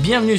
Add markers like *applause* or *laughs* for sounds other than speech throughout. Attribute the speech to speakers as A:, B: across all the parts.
A: Bienvenue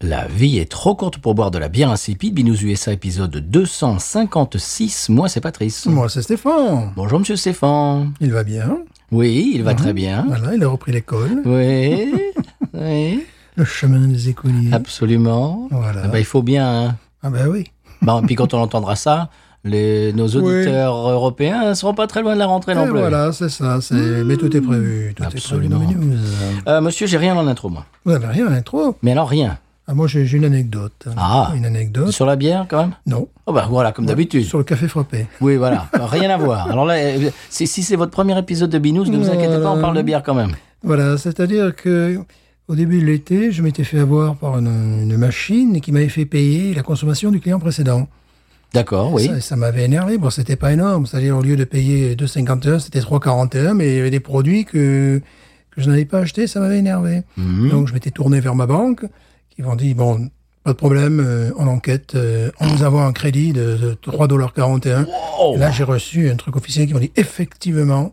A: La vie est trop courte pour boire de la bière insipide. Binous USA épisode 256. Moi, c'est Patrice.
B: Moi, c'est Stéphane.
A: Bonjour, monsieur Stéphane.
B: Il va bien. hein
A: Hein Oui, il va très bien.
B: Mhm. Voilà, il a repris l'école.
A: Oui,
B: *laughs*
A: oui,
B: Le chemin des écoliers.
A: absolument.
B: Voilà.
A: Ah bah, il faut bien. hein.
B: Ah ben oui.
A: Bon, et Bah, puis quand on entendra ça, les, nos auditeurs européens ne seront pas très loin de la rentrée non
B: Et
A: plus. Mmh.
B: voilà, c'est ça. c'est- Mais tout est prévu. Tout
A: Absolument.
B: est prévu dans mes news.
A: Euh, monsieur, j'ai rien en intro, moi.
B: Vous n'avez rien, intro
A: Mais alors, rien.
B: Ah, moi, j'ai j'ai une anecdote.
A: Ah.
B: Une anecdote
A: Sur la bière, quand même
B: Non.
A: Oh, bah voilà, comme d'habitude.
B: Hein Sur le café frappé.
A: Oui, voilà. Bah, Rien à voir. Alors là, euh, si, si c'est votre premier épisode de Binous, ne vous inquiétez pas, on parle de bière quand même.
B: Voilà, c'est-à-dire que au début de l'été, je m'étais fait avoir par une, une machine qui m'avait fait payer la consommation du client précédent.
A: D'accord, oui.
B: Ça, ça m'avait énervé. Bon, c'était pas énorme. C'est-à-dire, au lieu de payer 2,51, c'était 3,41, mais il y avait des produits que, que je n'avais pas acheté, ça m'avait énervé.
A: Mhm.
B: Donc, je m'étais tourné vers ma banque, qui m'ont dit, bon, pas de problème, euh, on enquête, euh, on nous envoie un crédit de, de 3,41$. Et Là, j'ai reçu un truc officiel qui m'a dit, effectivement,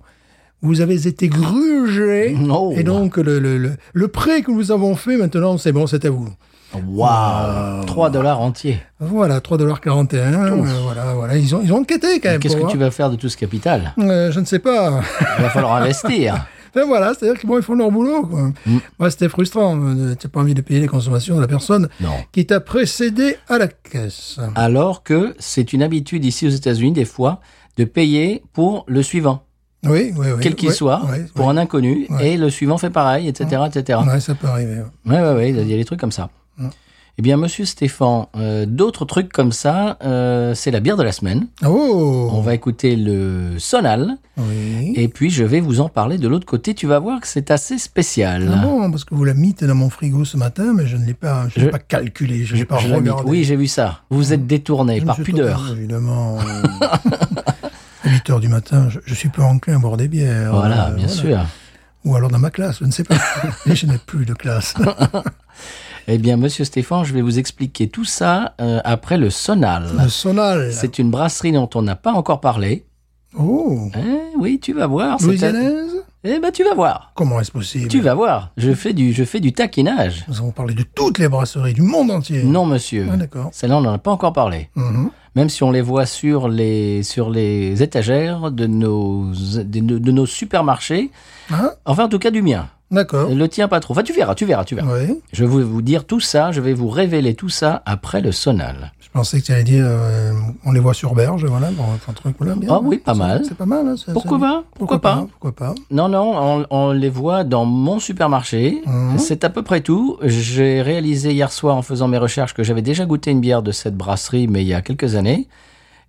B: vous avez été grugé.
A: Oh.
B: Et donc, le, le, le, le prêt que nous avons fait, maintenant, c'est bon, c'est à vous.
A: bah, Waouh 3 dollars entiers.
B: Voilà, 3,41$. euh, voilà, voilà. Ils ont, ils ont enquêté quand même.
A: Qu'est-ce
B: Eh, pour
A: que
B: voir.
A: tu vas faire de tout ce capital
B: Euh, je ne sais pas.
A: Il va falloir
B: *laughs*
A: investir.
B: Enfin, voilà, c'est-à-dire qu'ils bon, ils font leur boulot. Quoi.
A: Mm.
B: Ouais, c'était frustrant. Euh, T'as pas envie de payer les consommations de la personne
A: Non.
B: qui t'a précédé à la caisse.
A: Alors que c'est une habitude ici aux États-Unis, des fois, de payer pour le suivant.
B: Oui, oui, oui.
A: quel qu'il
B: Ouais,
A: soit,
B: ouais,
A: pour
B: ouais.
A: un inconnu,
B: Ouais.
A: et le suivant fait pareil, etc., etc.
B: Ouais, ça peut arriver. ouais.
A: Ouais, ouais, ouais, il y a des trucs comme ça. Eh bien, Monsieur Stéphane, euh, d'autres trucs comme ça, euh, c'est la bière de la semaine. On
B: Oh
A: va écouter le Sonal,
B: Oui.
A: et puis je vais vous en parler de l'autre côté. Tu vas voir que c'est assez spécial.
B: Ah bon, parce que vous la mites dans mon frigo ce matin, mais je ne l'ai pas, je l'ai
A: Je-
B: pas calculé, je ne l'ai pas
A: Je l'admets.
B: regardé. Mmh.
A: oui, j'ai vu ça. Vous vous êtes détourné
B: Je me
A: par
B: suis
A: pudeur. *laughs*
B: trompé, Évidemment. à 8 heures du matin, je, je suis peu enclin à boire des bières.
A: Voilà,
B: Euh,
A: bien
B: voilà.
A: sûr.
B: Ou alors dans ma classe, je ne sais
A: *laughs*
B: pas. Mais je n'ai plus de classe.
A: Eh bien, Monsieur Stéphane, je vais vous expliquer tout ça euh, après le Sonal.
B: Le sonal.
A: C'est une brasserie dont on n'a pas encore parlé.
B: Oh
A: Eh oui, tu vas voir. c'est-
B: Louisianaise
A: Eh ben, tu vas voir.
B: Comment est-ce possible
A: Tu vas voir, je fais du, je fais du taquinage.
B: Nous avons parlé de toutes les brasseries du monde entier.
A: Non, monsieur.
B: Ah, d'accord.
A: Celle-là, on n'en a pas encore parlé.
B: Mhm.
A: Même si on les voit sur les, sur les étagères de nos, de, nos- de nos supermarchés.
B: Hein
A: Enfin, en tout cas, du mien.
B: D'accord.
A: Le tien, pas trop. Enfin, tu verras, tu verras, tu verras.
B: Oui.
A: Je vais vous dire tout ça, je vais vous révéler tout ça après le sonal.
B: Je pensais que tu allais dire, euh, on les voit sur berge, voilà, bon, un truc voilà. bien,
A: Ah
B: hein.
A: oui, pas
B: C'est-
A: mal.
B: C'est pas mal. hein, c'est-
A: Pourquoi
B: c'est-
A: pas Pourquoi pas
B: Pourquoi pas
A: Non, non, on, on les voit dans mon supermarché.
B: Mhm.
A: C'est à peu près tout. J'ai réalisé hier soir en faisant mes recherches que j'avais déjà goûté une bière de cette brasserie, mais il y a quelques années.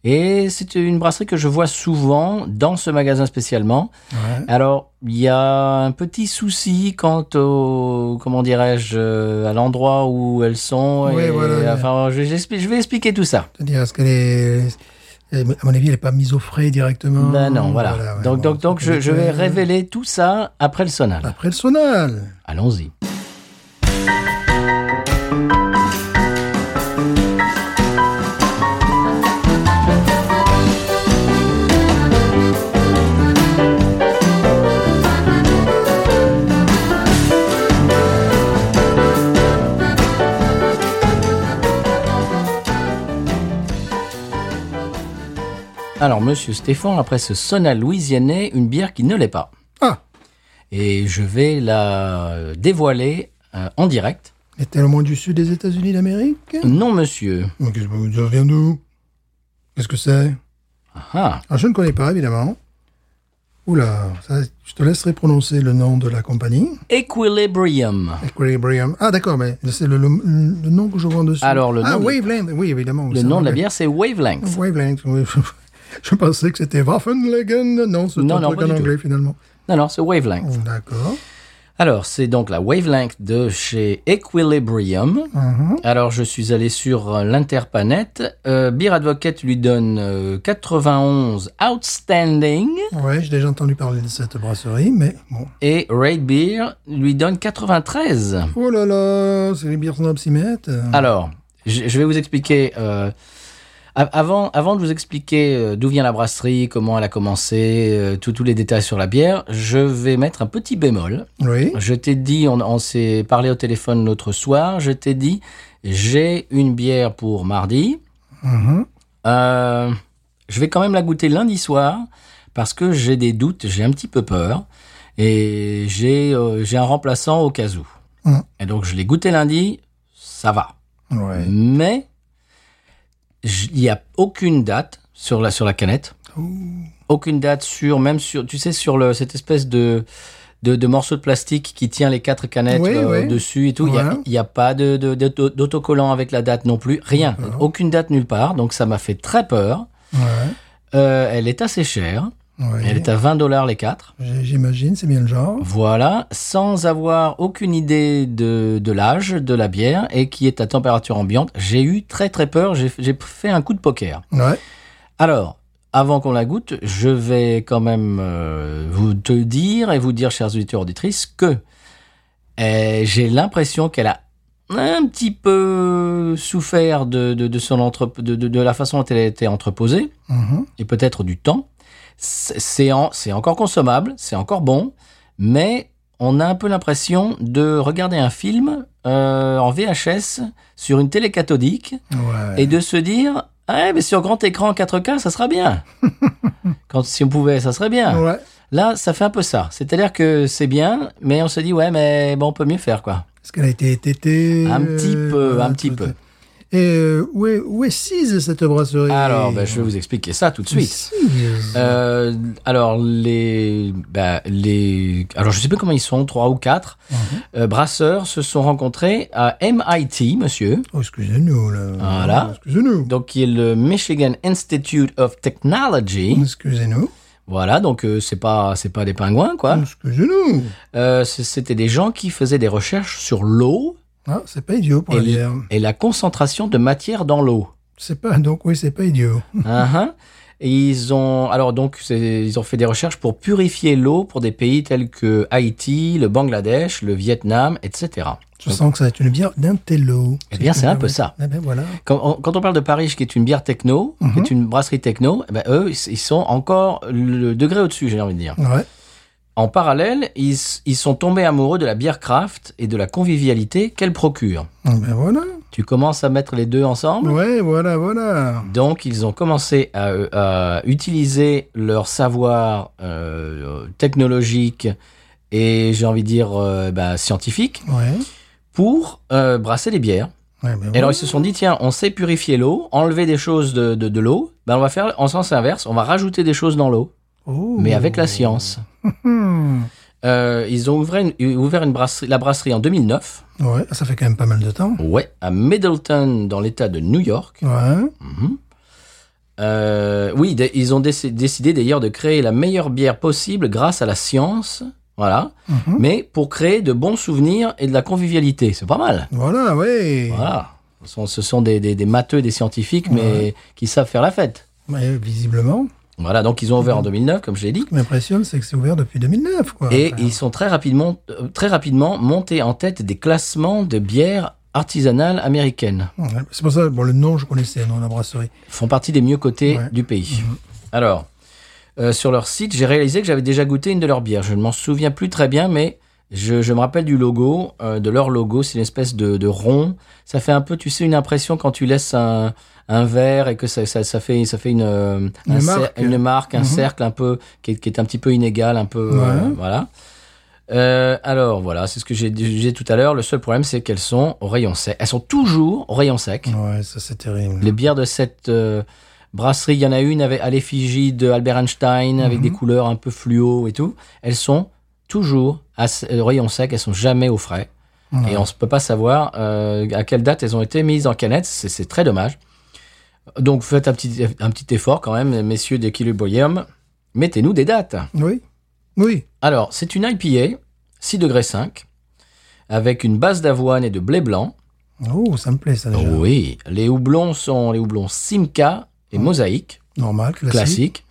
A: Et c'est une brasserie que je vois souvent dans ce magasin spécialement.
B: Ouais.
A: Alors, il y a un petit souci quant au, comment dirais-je, euh, à l'endroit où elles sont.
B: Oui,
A: et-
B: voilà.
A: enfin, je, j'explique- je vais expliquer tout ça.
B: C'est-à-dire, est-ce qu'elle est. À mon avis, elle n'est pas mise au frais directement.
A: Ben non, voilà.
B: Mmh, ouais,
A: donc,
B: bon,
A: donc, donc,
B: c'est
A: je, je vais
B: habituel.
A: révéler tout ça après le sonal.
B: Après le sonal.
A: Allons-y. Alors, monsieur Stéphane, après ce sona louisianais, une bière qui ne l'est pas
B: Ah
A: et je vais la euh, dévoiler euh, en direct.
B: Est-elle au moins du sud des États-Unis d'Amérique
A: Non, monsieur.
B: Mais Qu'est-ce que vous dire Vient d'où Qu'est-ce que c'est
A: Ah,
B: Alors, je ne connais pas, évidemment. Oula, ça, je te laisserai prononcer le nom de la compagnie.
A: Equilibrium.
B: Equilibrium. Ah, d'accord, mais c'est le, le- le nom que je vois en dessous.
A: Alors, le
B: ah,
A: nom de-
B: Wavelength, oui, évidemment.
A: Le
B: ça
A: nom de la
B: m'appelle.
A: bière, c'est Wavelength.
B: Wavelength, oui. *laughs* Je pensais que c'était Waffenlegen. Non, c'est
A: Non,
B: un
A: non,
B: truc
A: pas
B: en
A: du tout.
B: anglais, finalement.
A: Non, non, c'est Wavelength.
B: Oh, D'accord.
A: Alors, c'est donc la Wavelength de chez Equilibrium.
B: Uh-huh.
A: Alors, je suis allé sur euh, l'Interpanet. Euh, Beer Advocate lui donne euh, 91 Outstanding
B: Ouais, j'ai déjà entendu parler de cette brasserie, mais bon.
A: et Raid Beer lui donne 93.
B: Oh là là, c'est les bières snobs s'y mettent. euh.
A: Alors, je, je vais vous expliquer. euh, av- avant, avant de vous expliquer euh, d'où vient la brasserie, comment elle a commencé, euh, tout- tous les détails sur la bière, je vais mettre un petit bémol.
B: Oui.
A: Je t'ai dit, on, on s'est parlé au téléphone l'autre soir, je t'ai dit, j'ai une bière pour mardi.
B: Mhm.
A: Euh, je vais quand même la goûter lundi soir parce que j'ai des doutes, j'ai un petit peu peur et j'ai euh, j'ai un remplaçant au cas où.
B: Mhm.
A: Et donc je l'ai goûté lundi, ça va. Mm.
B: Ouais.
A: Mais j- il n'y a aucune date sur la, sur la canette.
B: Oh.
A: Aucune date sur, même sur, tu sais, sur le, cette espèce de, de, de morceau de plastique qui tient les quatre canettes
B: Oui,
A: euh,
B: oui.
A: dessus et tout. Il n'y a-
B: Ouais.
A: il n'y a, pas de- de- de- d'autocollant avec la date non plus. Rien.
B: D'accord.
A: Aucune date nulle part. Donc ça m'a fait très peur.
B: Ouais.
A: Euh, elle est assez chère. Elle
B: Ouais.
A: est à 20 dollars les quatre.
B: J'ai- J'imagine, c'est bien le genre.
A: Voilà, sans avoir aucune idée de, de l'âge de la bière et qui est à température ambiante, j'ai eu très très peur, j'ai j'ai fait un coup de poker.
B: Ouais.
A: Alors, avant qu'on la goûte, je vais quand même euh, vous te dire et vous dire, chers auditeurs auditrices, que euh, j'ai l'impression qu'elle a un petit peu souffert de, de, de son entrep- de, de- de la façon dont elle a été entreposée
B: Mhm.
A: et peut-être du temps. C'est c'est en- c'est encore consommable, c'est encore bon, mais on a un peu l'impression de regarder un film euh, en VHS sur une télé cathodique
B: Ouais.
A: et de se dire ah, mais sur grand écran 4K, ça sera bien. Quand si on pouvait, ça serait bien.
B: Ouais.
A: Là, ça fait un peu ça. C'est-à-dire que c'est bien, mais on se dit ouais, mais bon, on peut mieux faire quoi.
B: Est-ce qu'elle a été tétée
A: Un petit
B: euh,
A: peu,
B: voilà,
A: un petit
B: tout-
A: peu.
B: Et euh, où est, où est sise cette brasserie
A: Alors, ben, je vais vous expliquer ça tout de suite. Euh, alors les, bah, les, alors je sais plus comment ils sont, trois ou quatre euh, brasseurs se sont rencontrés à MIT, monsieur,
B: Oh, excusez-nous, là.
A: Voilà.
B: Oh, Excusez-nous.
A: donc qui est le Michigan Institute of Technology.
B: Excusez-nous.
A: Voilà, donc euh, c'est pas, c'est pas des pingouins quoi.
B: Excusez-nous.
A: Euh, c- C'était des gens qui faisaient des recherches sur l'eau
B: Ah, c'est pas idiot pour la
A: Et-
B: bière.
A: et la concentration de matière dans l'eau.
B: C'est pas, donc oui, c'est pas idiot.
A: Uhum. Et ils ont alors donc c'est- ils ont fait des recherches pour purifier l'eau pour des pays tels que Haïti, le Bangladesh, le Vietnam, etc.
B: Je sens que ça va être une bière d'un télo.
A: Eh bien, c'est un peu ça.
B: Eh ben voilà.
A: Quand on, quand on parle de Paris, qui est une bière techno, qui est une brasserie techno, eh ben, eux ils ils sont encore le degré au-dessus, j'ai envie de dire.
B: Ouais.
A: En parallèle, ils, s- ils sont tombés amoureux de la bière craft et de la convivialité qu'elle procure.
B: Eh Ben voilà.
A: Tu commences à mettre les deux ensemble.
B: Ouais, voilà, voilà.
A: Donc, ils ont commencé à, euh, à utiliser leur savoir euh, technologique et, j'ai envie de dire, euh, bah, scientifique
B: Ouais.
A: pour euh, brasser des bières.
B: Ouais, ben
A: Et alors,
B: voilà.
A: ils se sont dit, tiens, on sait purifier l'eau, enlever des choses de, de- de l'eau. Ben, on va faire en sens inverse, on va rajouter des choses dans l'eau,
B: Oh.
A: mais avec la science.
B: Hmm.
A: Euh, ils ont ouvert, une, ouvert une brasserie, la brasserie en 2009,
B: Ouais, ça fait quand même pas mal de temps.
A: ouais, à Middleton, dans l'État de New York.
B: Ouais.
A: Mhm. Euh, oui, dé- ils ont déc- décidé d'ailleurs de créer la meilleure bière possible grâce à la science, voilà,
B: Mhm.
A: mais pour créer de bons souvenirs et de la convivialité. C'est pas mal.
B: Voilà, ouais.
A: Voilà. Ce sont, ce sont des, des, des matheux, des scientifiques, mais qui savent faire la fête.
B: Ouais, visiblement.
A: Voilà, donc ils ont ouvert en 2009, comme je l'ai dit.
B: Ce qui m'impressionne, c'est que c'est ouvert depuis 2009, quoi.
A: Et
B: Enfin,
A: ils sont très rapidement, euh, très rapidement montés en tête des classements de bières artisanales américaines.
B: ouais, C'est pour ça, bon, le nom, je connaissais, le nom de la brasserie.
A: font partie des mieux cotés
B: Ouais. Mhm.
A: du pays. Alors, euh, sur leur site, j'ai réalisé que j'avais déjà goûté une de leurs bières. Je ne m'en souviens plus très bien, mais je, je me rappelle du logo, euh, de leur logo. C'est une espèce de, de rond. Ça fait un peu, tu sais, une impression quand tu laisses un, un verre et que ça, ça, ça fait, ça fait une, euh,
B: Une
A: un cer-
B: marque.
A: une marque, un
B: Mhm.
A: cercle un peu qui est, qui est un petit peu inégal, un peu
B: Ouais.
A: euh, voilà. Euh, alors voilà, c'est ce que j'ai dit j'ai dit tout à l'heure. Le seul problème, c'est qu'elles sont au rayon sec. Elles sont toujours au rayon sec.
B: Ouais, ça, c'est terrible.
A: Les bières de cette euh, brasserie, il y en a une avec, à l'effigie de Albert Einstein, avec
B: Mhm.
A: des couleurs un peu fluo et tout. Elles sont toujours à s- euh, rayon sec, elles sont jamais au frais.
B: Ouais.
A: Et on ne peut pas savoir euh, à quelle date elles ont été mises en canette, c'est c'est très dommage. Donc faites un petit, un petit effort quand même, messieurs d'Equilibrium. Mettez-nous des dates.
B: Oui. Oui.
A: Alors, c'est une IPA 6 degrés 5, avec une base d'avoine et de blé blanc.
B: Oh, ça me plaît, ça, déjà.
A: Oui, les houblons sont les houblons Simca et Mosaïque,
B: Normal, classique.
A: classique.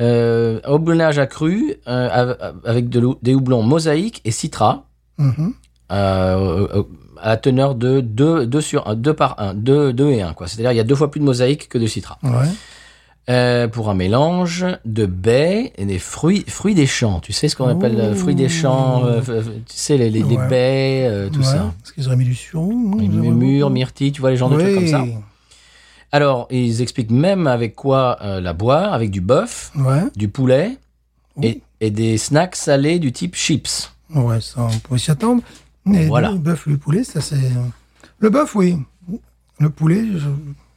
A: Euh, houblonnage accru euh, av- avec de l'hou- des houblons Mosaïque et Citra
B: Mhm.
A: euh, euh, à la teneur de 2, sur 1, 2 par 1, 2, et 1. C'est-à-dire il y a deux fois plus de Mosaïque que de Citra.
B: Ouais.
A: Euh, pour un mélange de baies et des fruits, fruits des champs. Tu sais ce qu'on appelle euh, fruits des champs, euh, f- f- tu sais, les, les- les
B: Ouais.
A: baies, euh, tout
B: Ouais.
A: ça.
B: Est-ce qu'ils auraient mis du suron non,
A: Les
B: ils auraient-
A: murmures, myrtilles, tu vois, les genres de
B: Oui.
A: trucs comme ça. Alors, ils expliquent même avec quoi euh, la boire, avec du bœuf,
B: Ouais.
A: du poulet
B: Ouh.
A: et, et des snacks salés du type chips.
B: Ouais, ça, on pouvait s'y attendre. Mais
A: Voilà.
B: le bœuf, le poulet, ça c'est. euh, Le bœuf, oui. Le poulet, je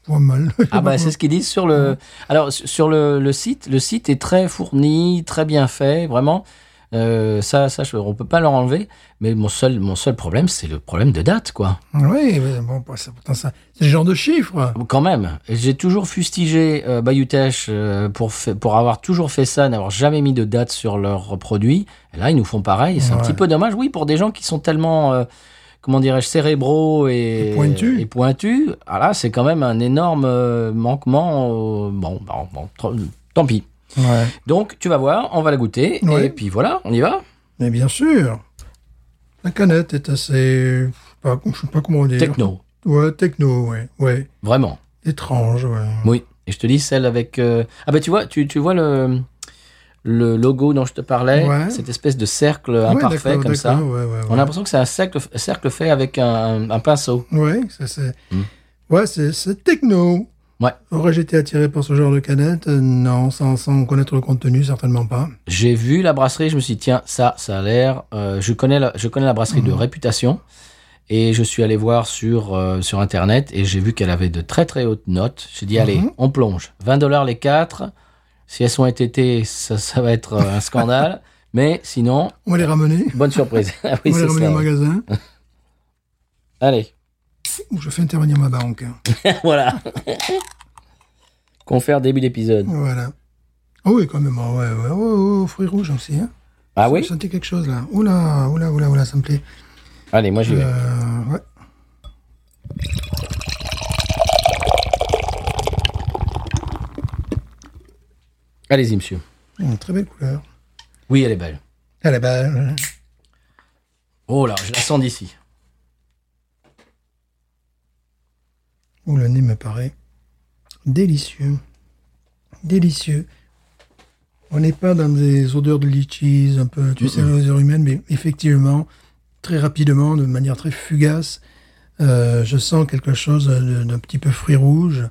B: vois mal.
A: Ah
B: *laughs*
A: bah c'est ce qu'ils disent sur le... Alors su- sur le, le site, le site est très fourni, très bien fait, vraiment. Euh, ça, ça, je- on peut pas leur enlever. Mais mon seul, mon seul problème, c'est le problème de date, quoi.
B: Oui, mais bon, bah, ça, pourtant, ça, c'est le genre de chiffre.
A: Quand même. J'ai toujours fustigé euh, Bayutech euh, pour, fa- pour avoir toujours fait ça, n'avoir jamais mis de date sur leurs produits. Et là, ils nous font pareil. C'est un
B: Ouais.
A: petit peu dommage, oui, pour des gens qui sont tellement, euh, comment dirais-je, cérébraux et,
B: Et pointus.
A: et pointus. Ah là, c'est quand même un énorme euh, manquement. au- bon, bon, bon, tr- tant pis.
B: Ouais.
A: Donc, tu vas voir, on va la goûter.
B: Ouais.
A: Et puis voilà, on y va.
B: Mais bien sûr. La canette est assez. Je sais pas, je sais pas comment dire.
A: Techno,
B: Ouais, techno, ouais. Ouais.
A: vraiment.
B: Étrange, ouais.
A: Oui, et je te dis celle avec. euh, Ah bah tu vois, tu, tu vois le, le logo dont je te parlais,
B: Ouais.
A: cette espèce de cercle
B: Ouais,
A: imparfait
B: d'accord,
A: comme ça.
B: d'accord, Ouais, ouais, ouais.
A: On a l'impression que c'est un cercle, cercle fait avec un, un pinceau.
B: Ouais, ça c'est. Ouais, c'est, c'est techno.
A: Hmm. Ouais.
B: Aurais-je été attiré par ce genre de canette Euh, Non, sans, sans connaître le contenu, certainement pas.
A: J'ai vu la brasserie, je me suis dit, tiens, ça, ça a l'air. euh, je, connais la, je connais la brasserie
B: Mhm.
A: de réputation. Et je suis allé voir sur, euh, sur Internet et j'ai vu qu'elle avait de très très hautes notes. J'ai dit,
B: Mhm.
A: allez, on plonge. 20 dollars les quatre. Si elles sont ététées, ça, ça va être euh, un
B: *laughs*
A: scandale. Mais sinon,
B: On va les ramener.
A: bonne surprise. *laughs* Ah oui,
B: on va
A: c'est
B: les ramener
A: ça. *laughs*
B: au magasin.
A: Allez.
B: Ouh, je fais intervenir ma banque.
A: *laughs* voilà. Qu'on fait en début d'épisode.
B: Voilà. Ah oui, quand même. ah ouais, ouais, ouais, ouais, ouais, fruits rouges aussi. Hein.
A: Ah
B: J'ai
A: oui
B: senti quelque chose là. Oula, oula, oula, oula, ça me plaît.
A: Allez, moi j'y vais.
B: Euh, ouais.
A: Allez-y, monsieur.
B: Une très belle couleur.
A: Oui, elle est belle.
B: Ah là bas.
A: Oh là, je la sens d'ici.
B: Ouh, le nez me paraît délicieux. Délicieux. On n'est pas dans des odeurs de litchis, un peu, tu sais, les odeurs humaines, mais effectivement, très rapidement, de manière très fugace, euh, je sens quelque chose de- d'un petit peu fruit rouge.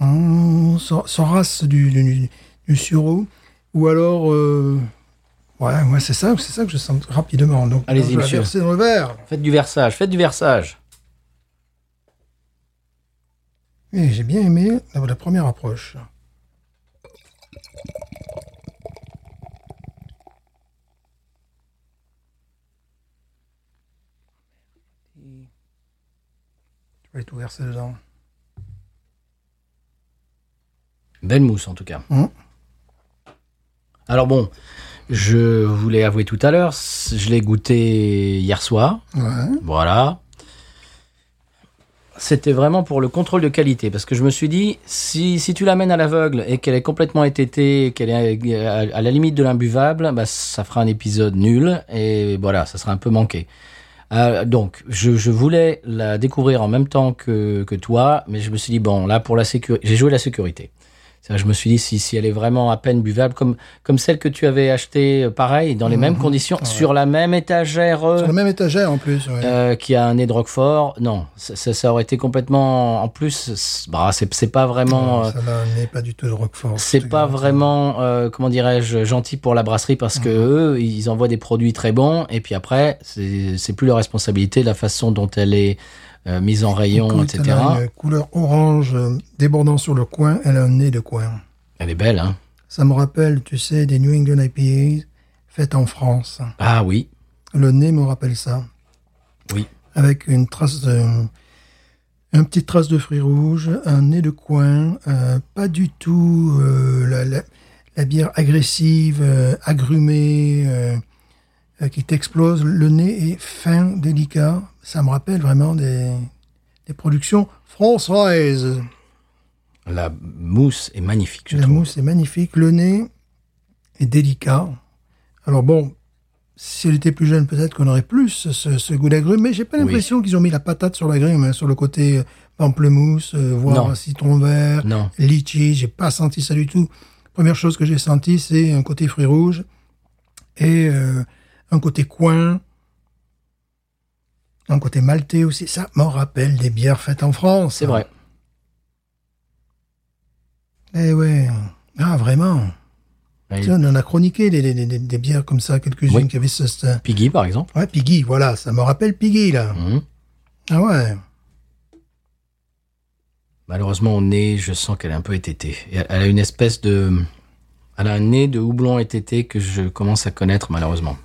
B: Mmh, sans, sans race du, du, du- du sureau. Ou alors, euh, ouais, ouais, c'est ça, c'est ça que je sens rapidement. Donc,
A: Allez-y,
B: je vais la
A: monsieur.
B: verser dans le verre.
A: Faites du versage, faites du versage.
B: Et j'ai bien aimé la, la première approche. Tu vas tout verser dedans.
A: Belle mousse en tout cas.
B: Mhm.
A: Alors bon, je vous l'ai avoué tout à l'heure, c- je l'ai goûté hier soir.
B: Ouais.
A: Voilà. C'était vraiment pour le contrôle de qualité, parce que je me suis dit, si, si tu l'amènes à l'aveugle et qu'elle est complètement ététée, qu'elle est à, à la limite de l'imbuvable, bah, ça fera un épisode nul, et voilà, ça sera un peu manqué. Euh, donc, je, je voulais la découvrir en même temps que, que toi, mais je me suis dit, bon, là, pour la sécurité, j'ai joué la sécurité. C'est-à-dire, Je me suis dit, si, si elle est vraiment à peine buvable, comme, comme celle que tu avais achetée, euh, pareil, dans les mêmes conditions, sur la même étagère. euh,
B: Mhm. Sur la même étagère en plus. ouais.
A: euh, qui a un nez de roquefort, non, ça, ça- ça aurait été complètement. En plus, c'est- bah, c'est c'est pas vraiment. euh,
B: ça hein, là n'est pas du tout de Roquefort.
A: c'est pas vraiment, euh, comment dirais-je, gentil pour la brasserie parce que
B: Mhm.
A: eux, ils envoient des produits très bons et puis après, c'est c'est plus leur responsabilité la façon dont elle est euh, mise en rayon,
B: Écoute,
A: etc.
B: Elle a une couleur orange euh, débordant sur le coin. Elle a un nez de coin.
A: Elle est belle, hein
B: Ça me rappelle, tu sais, des New England IPAs faites en France.
A: Ah oui,
B: Le nez me rappelle ça.
A: oui.
B: avec une trace de, une petite trace de fruits rouges, un nez de coin, euh, pas du tout euh, la, la- la bière agressive, euh, agrumée, euh, euh, qui t'explose. Le nez est fin, délicat. Ça me rappelle vraiment des, des productions françaises.
A: La mousse est magnifique, je
B: la
A: trouve.
B: mousse est magnifique. Le nez est délicat. Alors bon, si elle était plus jeune, peut-être qu'on aurait plus ce, ce goût d'agrumes, mais j'ai pas
A: Oui.
B: l'impression qu'ils ont mis la patate sur l'agrumes, hein, sur le côté euh, pamplemousse, euh, voire
A: Non. Mm.
B: citron vert,
A: Non.
B: litchi. J'ai pas senti ça du tout. Première chose que j'ai senti, c'est un côté fruit rouge et euh, un côté coin. Un côté maltais aussi, ça me rappelle des bières faites en France.
A: C'est vrai.
B: Eh ouais. Ah, vraiment.
A: Et
B: Tiens, on en a chroniqué des, des- des- des bières comme ça, quelques-unes
A: Oui.
B: qui avaient ce. ce-
A: Piggy, par exemple.
B: Ouais, Piggy, voilà, ça me rappelle Piggy, là.
A: Mhm.
B: Ah ouais.
A: Malheureusement, au nez, je sens qu'elle est un peu ététée. Et Elle elle a une espèce de... Elle a un nez de houblon étété que je commence à connaître, malheureusement.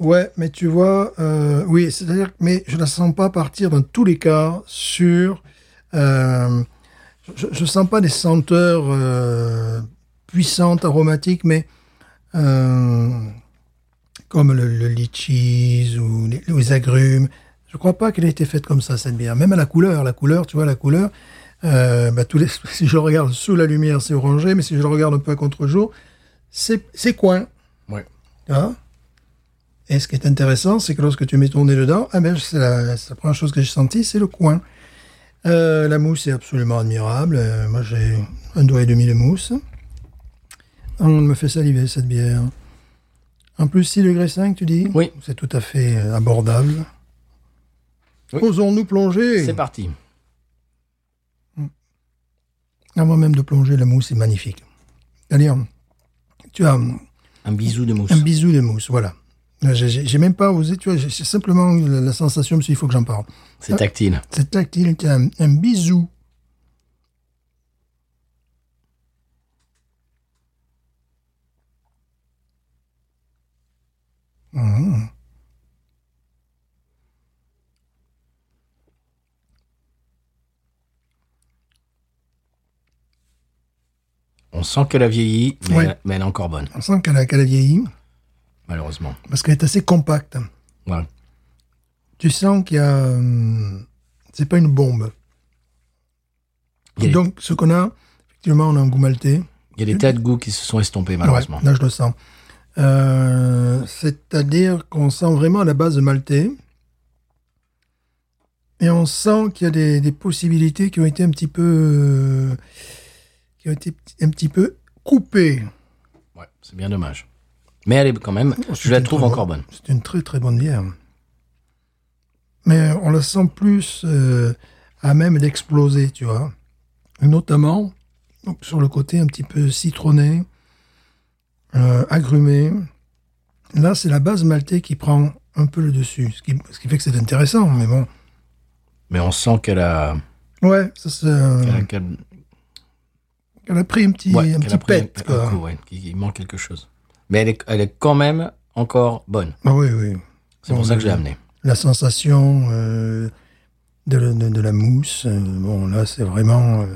B: Ouais, mais tu vois, euh, oui, c'est-à-dire, que- mais je la sens pas partir dans tous les cas sur. euh, je, je sens pas des senteurs euh, puissantes, aromatiques, mais euh, comme le, le litchis ou les, les agrumes. Je crois pas qu'elle ait été faite comme ça cette bière. Même à la couleur, la couleur, tu vois, la couleur. euh, bah, tous les, *laughs* si je le regarde sous la lumière, c'est orangé, mais si je le regarde un peu à contre-jour, c'est c'est coin.
A: Ouais.
B: Tu vois et ce qui est intéressant, c'est que lorsque tu mets ton nez dedans, ah ben, c'est la, c'est la première chose que j'ai sentie, c'est le coin. Euh, la mousse est absolument admirable. Euh, moi, j'ai un doigt et demi de mousse. Ah, On me fait saliver cette bière. En plus, 6 degrés 5, tu dis
A: Oui.
B: C'est tout à fait euh, abordable.
A: Oui.
B: Osons-nous plonger
A: C'est parti.
B: Avant même de plonger, la mousse est magnifique. C'est-à-dire, tu as
A: Un bisou de mousse.
B: Un bisou de mousse, voilà. Là, j'ai- J'ai j'ai même pas osé, tu vois, j'ai j'ai simplement eu la, la sensation, je me suis dit, il faut que j'en parle.
A: C'est tactile.
B: C'est tactile, t'as un, un bisou. Mmh.
A: On sent qu'elle a vieilli, mais,
B: Ouais.
A: elle, mais elle est encore bonne,
B: On sent qu'elle a, qu'elle a vieilli,
A: malheureusement.
B: parce qu'elle est assez compacte.
A: Voilà.
B: Tu sens qu'il y a... hum, C'est pas une bombe.
A: Il y a, des-
B: Donc, ce qu'on a, effectivement, on a un goût maltais.
A: il y a des tas de goûts qui se sont estompés, malheureusement.
B: Ouais, là, je le sens. Euh, C'est-à-dire qu'on sent vraiment la base de maltais. Et on sent qu'il y a des, des possibilités qui ont été un petit peu. euh, qui ont été un petit peu coupées.
A: Ouais, c'est bien dommage. Mais elle est quand même, je la
B: Oh, C'est une
A: trouve
B: très
A: encore bonne.
B: C'est une très très bonne bière. Mais on la sent plus euh, à même d'exploser, tu vois. Notamment donc, sur le côté un petit peu citronné, euh, agrumé. Là, c'est la base maltaise qui prend un peu le dessus, ce qui, ce qui fait que c'est intéressant, mais bon.
A: Mais on sent qu'elle a,
B: Ouais, ça c'est. euh,
A: qu'elle a- qu'elle-
B: Elle a pris un petit,
A: ouais,
B: un
A: qu'elle a
B: petit
A: pris
B: pet,
A: un
B: quoi.
A: coup, ouais, qu'il- il manque quelque chose. Mais elle est, elle est quand même encore bonne.
B: Ah oui, oui.
A: C'est pour
B: Bon,
A: ça que je l'ai
B: euh,
A: amenée.
B: la sensation euh, de, la- de- de la mousse. euh, bon, là, c'est vraiment. euh,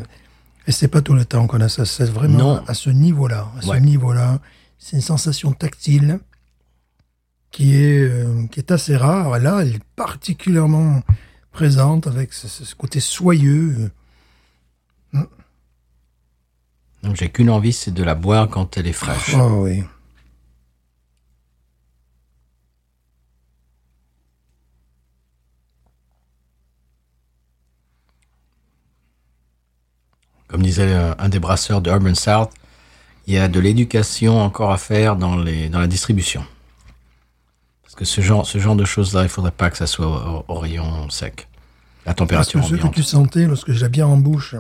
B: et c'est pas tout le temps qu'on a ça. C'est vraiment
A: Non.
B: à ce niveau-là. À
A: Ouais.
B: ce niveau-là, c'est une sensation tactile qui est euh, qui est assez rare. Et là, elle est particulièrement présente avec ce, ce- ce côté soyeux.
A: Donc j'ai qu'une envie, c'est de la boire quand elle est fraîche.
B: Ah oui.
A: Comme disait euh, un des brasseurs de Urban South, il y a de l'éducation encore à faire dans, les, dans la distribution. Parce que ce genre, ce genre de choses-là, il ne faudrait pas que ça soit au, au rayon sec. La
B: Parce
A: température
B: que ce que
A: ambiante.
B: tu sentais lorsque je la bière en bouche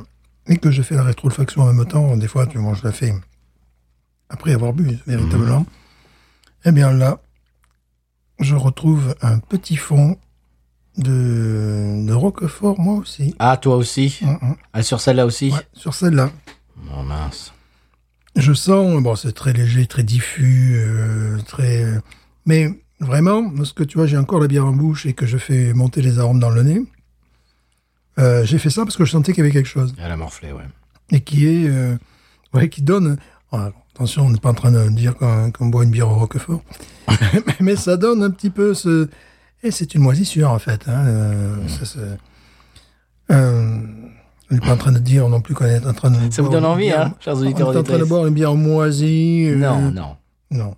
B: et que je fais la rétro-olfaction en même temps, des fois, tu manges la fais après avoir bu, véritablement.
A: Mhm.
B: Eh bien là, je retrouve un petit fond de, de Roquefort, moi aussi.
A: Ah, toi aussi
B: Mm, mm.
A: Ah, sur celle-là aussi
B: Ouais, sur celle-là.
A: Oh mince.
B: Je sens, bon, c'est très léger, très diffus, euh, très. Mais vraiment, parce que tu vois, j'ai encore la bière en bouche et que je fais monter les arômes dans le nez. Euh, j'ai fait ça parce que je sentais qu'il y avait quelque chose.
A: Elle a morflé, ouais.
B: et qui est euh, ouais, qui donne Voilà, attention, on n'est pas en train de dire qu'on qu'on boit une bière au Roquefort. *laughs* Mais ça donne un petit peu ce... Et c'est une moisissure, en fait. Hein.
A: Mm.
B: euh, ça, c'est- Euh, on n'est pas en train de dire non plus qu'on est en train de...
A: Ça vous
B: boire
A: donne
B: une
A: envie,
B: bière-
A: hein, chers
B: On est
A: auditeurs
B: en train de
A: auditrices.
B: boire une bière moisie. euh,
A: Non, non.
B: Non.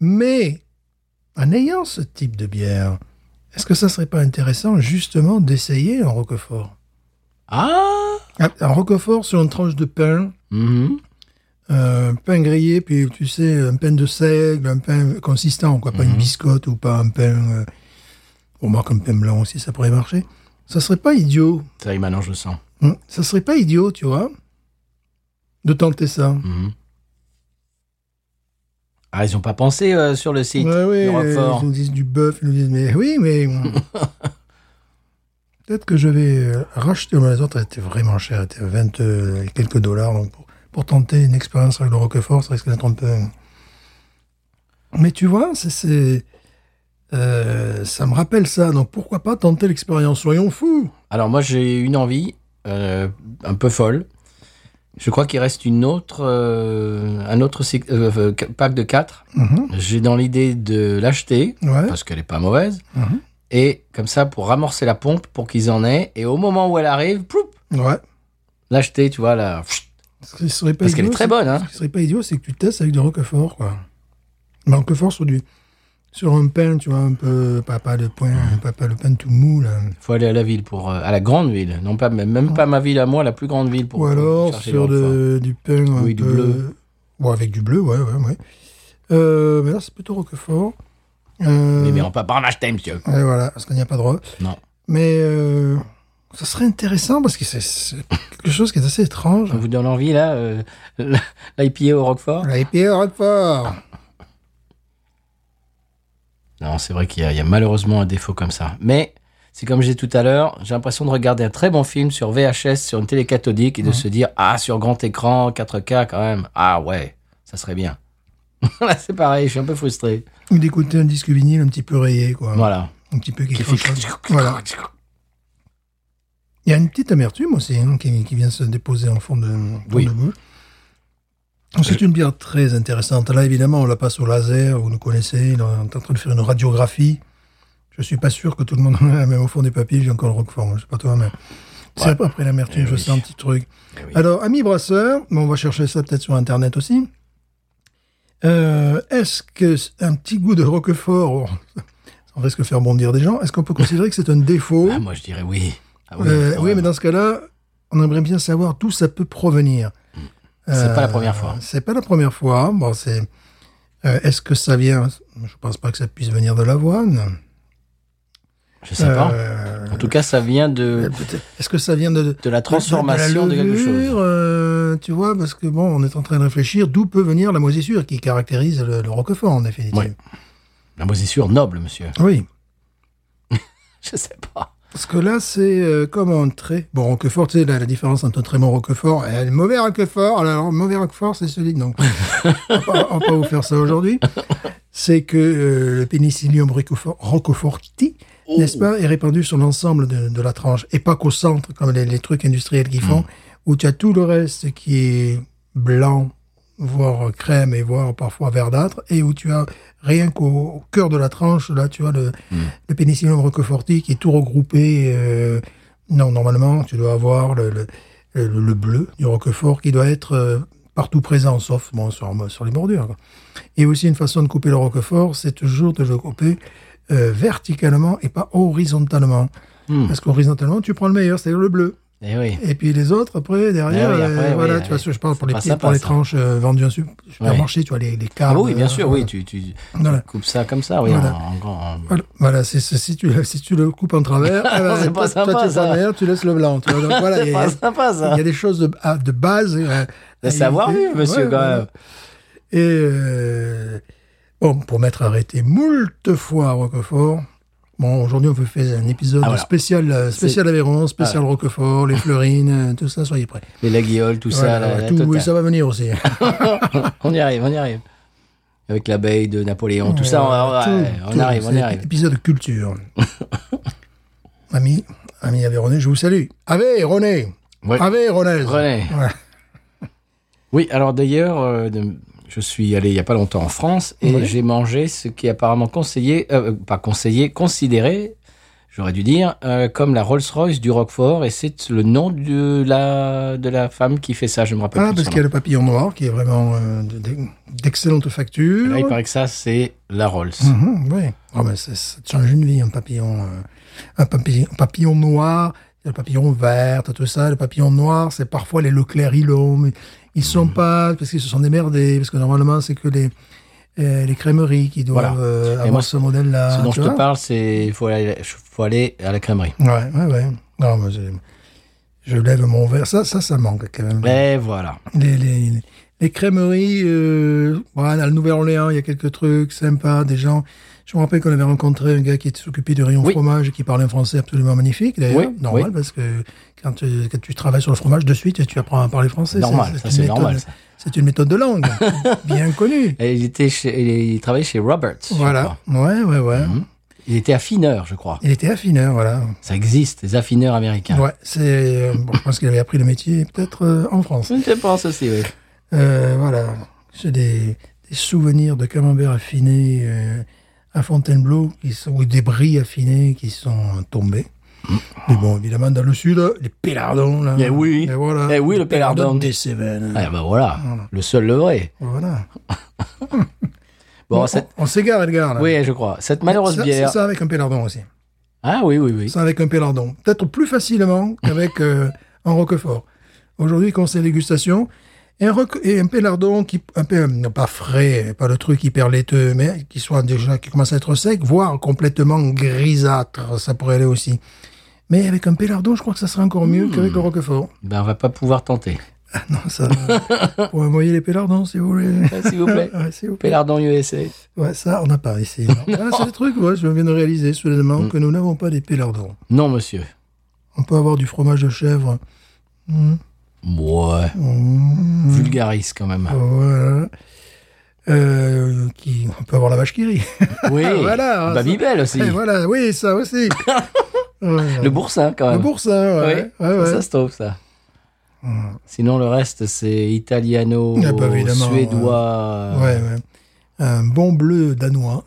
B: Mais, en ayant ce type de bière, est-ce que ça serait pas intéressant, justement, d'essayer un Roquefort
A: Ah
B: Un- Un Roquefort sur une tranche de pain,
A: Mhm.
B: euh, pain grillé, puis tu sais, un pain de seigle, un pain consistant, quoi, pas une biscotte ou pas un pain. euh, on marque un pain blanc aussi, ça pourrait marcher. Ça serait pas idiot.
A: Ça y est, maintenant je le sens.
B: hein, Ça serait pas idiot, tu vois, de tenter ça.
A: Mhm. Ah, ils n'ont pas pensé euh, sur le site
B: Ouais, ouais,
A: du
B: euh,
A: Roquefort.
B: ils nous disent du bœuf, ils nous disent, mais oui,
A: *laughs*
B: mais. Peut-être que je vais euh, racheter, mais les autres étaient vraiment chers, étaient 20 euh, et quelques dollars. Donc pour, pour tenter une expérience avec le Roquefort, ça risque d'être un peu. euh. Mais tu vois, c'est- c'est. euh, ça me rappelle ça, donc pourquoi pas tenter l'expérience Soyons fous
A: Alors moi j'ai une envie euh, un peu folle. Je crois qu'il reste une autre, euh, un autre sec- euh, euh, qu- pack de 4.
B: Mhm.
A: J'ai dans l'idée de l'acheter
B: Ouais.
A: parce qu'elle est pas mauvaise.
B: Mhm.
A: Et comme ça pour ramorcer la pompe pour qu'ils en aient. Et au moment où elle arrive, ploup,
B: Ouais.
A: l'acheter, tu vois là. pfft.
B: Ce qui serait pas
A: Parce qu'elle est
B: idiot,
A: très
B: c'est-
A: bonne. Hein.
B: Ce qui serait pas idiot, c'est que tu testes avec du roquefort, quoi. Mais roquefort sur du. Sur un pain, tu vois, un peu. Pas, pas le pain,
A: Mmh.
B: pas, pas le pain tout mou, là.
A: Faut aller à la ville pour euh, à la grande ville, non pas même, même pas ma ville à moi, la plus grande ville pour
B: Ou
A: pour
B: alors
A: chercher
B: sur
A: les enfants.
B: de- du pain. un
A: Oui, du
B: peu-
A: bleu.
B: Bon, avec du bleu, ouais, ouais, ouais. Euh, mais là, c'est plutôt roquefort. Euh,
A: Mais, mais on peut pas en acheter, monsieur.
B: ouais, voilà, parce qu'on n'y a pas droit.
A: Non.
B: Mais euh, ça serait intéressant parce que c'est- c'est quelque chose qui est assez étrange.
A: Ça vous donne envie là, euh, *laughs* l'IPA au Roquefort
B: La IPA roquefort.
A: Non, c'est vrai qu'il y, a- il y a malheureusement un défaut comme ça. Mais c'est comme j'ai dit tout à l'heure, j'ai l'impression de regarder un très bon film sur VHS, sur une télé cathodique, et de se dire Ah, sur grand écran, 4K quand même. Ah ouais, ça serait bien. *laughs* Là, c'est pareil, je suis un peu frustré.
B: Ou d'écouter un disque vinyle un petit peu rayé, quoi.
A: Voilà.
B: Un petit peu
A: Qui fait-
B: quelque chose. Voilà. Il y a une petite amertume aussi hein, qui, qui vient se déposer en fond de, en fond
A: Oui. Euh.
B: de bouche. C'est une bière très intéressante. Là, évidemment, on la passe au laser, vous nous connaissez, là, on est en train de faire une radiographie. Je suis pas sûr que tout le monde en a, même au fond des papiers, j'ai encore le roquefort, je sais pas toi, mais c'est
A: Ouais.
B: après, après l'amertume,
A: Eh
B: je
A: oui.
B: sens un petit truc.
A: Eh oui.
B: Alors, amis brasseurs, bon, on va chercher ça peut-être sur Internet aussi. Euh, Est-ce que c'est un petit goût de roquefort, *laughs* on risque de faire bondir des gens, est-ce qu'on peut considérer que c'est un défaut
A: Ah, moi, je dirais oui. Ah oui,
B: euh,
A: quand
B: oui,
A: même.
B: mais dans ce cas-là, on aimerait bien savoir d'où ça peut provenir. Euh,
A: C'est pas la première fois.
B: C'est pas la première fois. Bon, c'est. euh, Est-ce que ça vient Je pense pas que ça puisse venir de l'avoine.
A: Je sais pas.
B: Euh,
A: En tout cas, ça vient de,
B: peut-être- Est-ce que ça vient de, de
A: euh, de la transformation de,
B: la
A: quelque chose.
B: levure, euh, tu vois, parce que bon, on est en train de réfléchir d'où peut venir la moisissure qui caractérise le, le roquefort en définitive.
A: Ouais. La moisissure noble, monsieur.
B: Oui.
A: *laughs* Je sais pas.
B: Parce que là, c'est euh, comme un très bon Roquefort. Tu sais, la, la différence entre un très bon Roquefort et un mauvais Roquefort. Alors, le mauvais Roquefort, c'est celui. Non, on va pas- on va pas vous faire ça aujourd'hui. C'est que euh, le Penicillium roquefort- roqueforti, n'est-ce pas, est répandu sur l'ensemble de, de la tranche et pas qu'au centre, comme les, les trucs industriels qu'ils font, où tu as tout le reste qui est blanc, voire crème et voire parfois verdâtre, et où tu as rien qu'au au cœur de la tranche, là, tu as le, le Penicillium roqueforti qui est tout regroupé. euh, non, normalement, tu dois avoir le, le, le- le bleu du roquefort qui doit être euh, partout présent, sauf bon, sur, sur les bordures. quoi. Et aussi, une façon de couper le roquefort, c'est toujours de le couper euh, verticalement et pas horizontalement.
A: Hmm.
B: Parce qu'horizontalement, tu prends le meilleur, c'est-à-dire le bleu.
A: Eh oui.
B: Et puis les autres, après, derrière,
A: Ah oui,
B: euh,
A: après, oui,
B: voilà,
A: oui.
B: tu vois, ce que je parle pour les,
A: Pas
B: petits,
A: sympa,
B: pour les
A: ça.
B: tranches euh, vendues en sup- supermarché, tu vois, les, les
A: Ah
B: cartes,
A: oui, bien
B: euh,
A: sûr,
B: voilà.
A: oui, tu, tu
B: Voilà.
A: coupes ça comme ça, oui,
B: Voilà.
A: en, en grand- en-
B: Voilà, Voilà, c'est c'est- si tu, le- si tu le coupes
A: *laughs*
B: en travers, ah bah,
A: C'est pas
B: toi,
A: sympa,
B: toi, tu le
A: ça.
B: travers, tu laisses le blanc. tu vois. Donc, voilà, il
A: *laughs* c'est
B: y
A: pas
B: a-
A: sympa ça.
B: il y a des choses de, à- de base. euh, à
A: Le savoir-vivre,
B: éviter.
A: monsieur, quand
B: Ouais, voilà.
A: même.
B: Et euh, bon, pour m'être arrêté moult fois à Roquefort. Bon, aujourd'hui, on veut faire un épisode
A: Ah, voilà. Ah.
B: spécial, euh, spécial Aveyron, spécial Roquefort, les fleurines, euh, tout ça, soyez prêts.
A: Les laguioles, tout ça,
B: Voilà,
A: la- la
B: tout-
A: totale.
B: ça va venir aussi.
A: On y arrive, on y arrive. Avec l'abeille de Napoléon, tout ça, on, on-
B: Euh, Tout,
A: ouais, on
B: tout.
A: arrive, on
B: C'est
A: y arrive.
B: Épisode culture.
A: *laughs*
B: ami, ami Aveyronais, je vous salue. Aveyronais
A: Ouais.
B: Aveyronnaise
A: René.
B: Ouais.
A: Oui, alors d'ailleurs, euh, de- je suis allé il n'y a pas longtemps en France et
B: Ouais.
A: j'ai mangé ce qui est apparemment conseillé, euh, pas conseillé, considéré, j'aurais dû dire, euh, comme la Rolls-Royce du Roquefort et c'est le nom de la, de la femme qui fait ça, je me rappelle
B: Ah,
A: plus
B: parce
A: son
B: qu'il y a le papillon noir qui est vraiment euh, de- de- d'excellente facture.
A: nom. Là, il paraît que ça, c'est la Rolls.
B: Mhm, oui. Ah, ben, ça, ça te change une vie, un papillon, euh, un papillon, un papillon noir, le papillon vert, t'as tout ça. Le papillon noir, c'est parfois les Leclerc Hillon, mais ils
A: Mhm.
B: sont pas, parce qu'ils se sont démerdés, parce que normalement, c'est que les, euh, les crèmeries qui doivent
A: Voilà.
B: euh, avoir
A: moi,
B: ce modèle-là.
A: Ce dont
B: Ah, tu
A: je te
B: vois.
A: parle, c'est faut aller, faut aller à la crèmerie.
B: Ouais, ouais, ouais. Non, mais c'est- je lève mon verre. Ça, ça, ça manque quand même.
A: Et voilà.
B: Les, les, les crèmeries, euh, voilà, à la Nouvelle-Orléans, il y a quelques trucs sympas, des gens. Je me rappelle qu'on avait rencontré un gars qui s'occupait du rayon
A: Oui.
B: fromage et qui parlait un français absolument magnifique, d'ailleurs.
A: Oui,
B: normal,
A: oui.
B: parce que quand tu, quand tu travailles sur le fromage, de suite, tu apprends à parler français.
A: Normal, ça,
B: une
A: c'est
B: méthode-
A: normal, ça.
B: C'est une méthode
A: *laughs*
B: de langue, bien connue.
A: Et il, était chez, il- il travaillait chez Roberts. je
B: Voilà,
A: crois.
B: ouais, ouais, ouais.
A: Mhm. Il était affineur, je crois.
B: Il était affineur, voilà.
A: Ça existe, les affineurs américains.
B: Ouais, c'est. euh, bon, je pense qu'il avait appris le métier peut-être euh, en France.
A: Je pense aussi, oui.
B: Euh, voilà, j'ai des, des souvenirs de camembert affiné euh, à Fontainebleau, qui sont, ou des bris affinés qui sont tombés. Mais bon, évidemment, dans le sud, les pélardons, là.
A: Eh oui.
B: Et voilà.
A: Eh oui, le
B: Les pélardons
A: pélardon.
B: des Cévennes.
A: Ah ben voilà, le seul le vrai.
B: Voilà.
A: Bon,
B: on
A: cette...
B: on s'égare, Edgar, là.
A: Oui, je crois. Cette malheureuse
B: Ça-
A: bière.
B: C'est ça avec un pélardon aussi.
A: Ah oui, oui, oui.
B: Ça avec un pélardon. Peut-être plus facilement qu'avec euh, un roquefort. Aujourd'hui, conseil dégustation. Et un, roque- et un pélardon qui, un peu, non, pas frais, pas le truc hyper laiteux, mais qui soit déjà, qui commence à être sec, voire complètement grisâtre, ça pourrait aller aussi. Mais avec un pélardon, je crois que ça serait encore mieux qu'avec le roquefort. *laughs*
A: Ben on va pas pouvoir tenter.
B: Ah non, ça, euh, pour envoyer les pélardons, si vous voulez.
A: Ah, S'il vous plaît.
B: *laughs* Ouais, s'il vous plaît.
A: Pélardon USA.
B: Ouais, ça, on n'a pas ici. non. Ah, c'est des trucs, ouais, je viens de réaliser soudainement que nous n'avons pas des pélardons.
A: Non, monsieur.
B: On peut avoir du fromage de chèvre.
A: Ouais.
B: Mmh.
A: Vulgaris quand même.
B: Voilà. Euh, qui, on peut avoir la vache qui rit.
A: Oui.
B: Ah, Voilà, hein,
A: Babybel aussi.
B: Et *laughs* voilà, oui, ça
A: *laughs*
B: aussi. Voilà.
A: Le boursin quand
B: Le
A: même.
B: boursin, ouais.
A: Oui.
B: ouais, ouais.
A: Ça se trouve ça. Sinon le reste c'est italiano,
B: Ah, bah, évidemment,
A: suédois.
B: Ouais, ouais. Un bon bleu danois.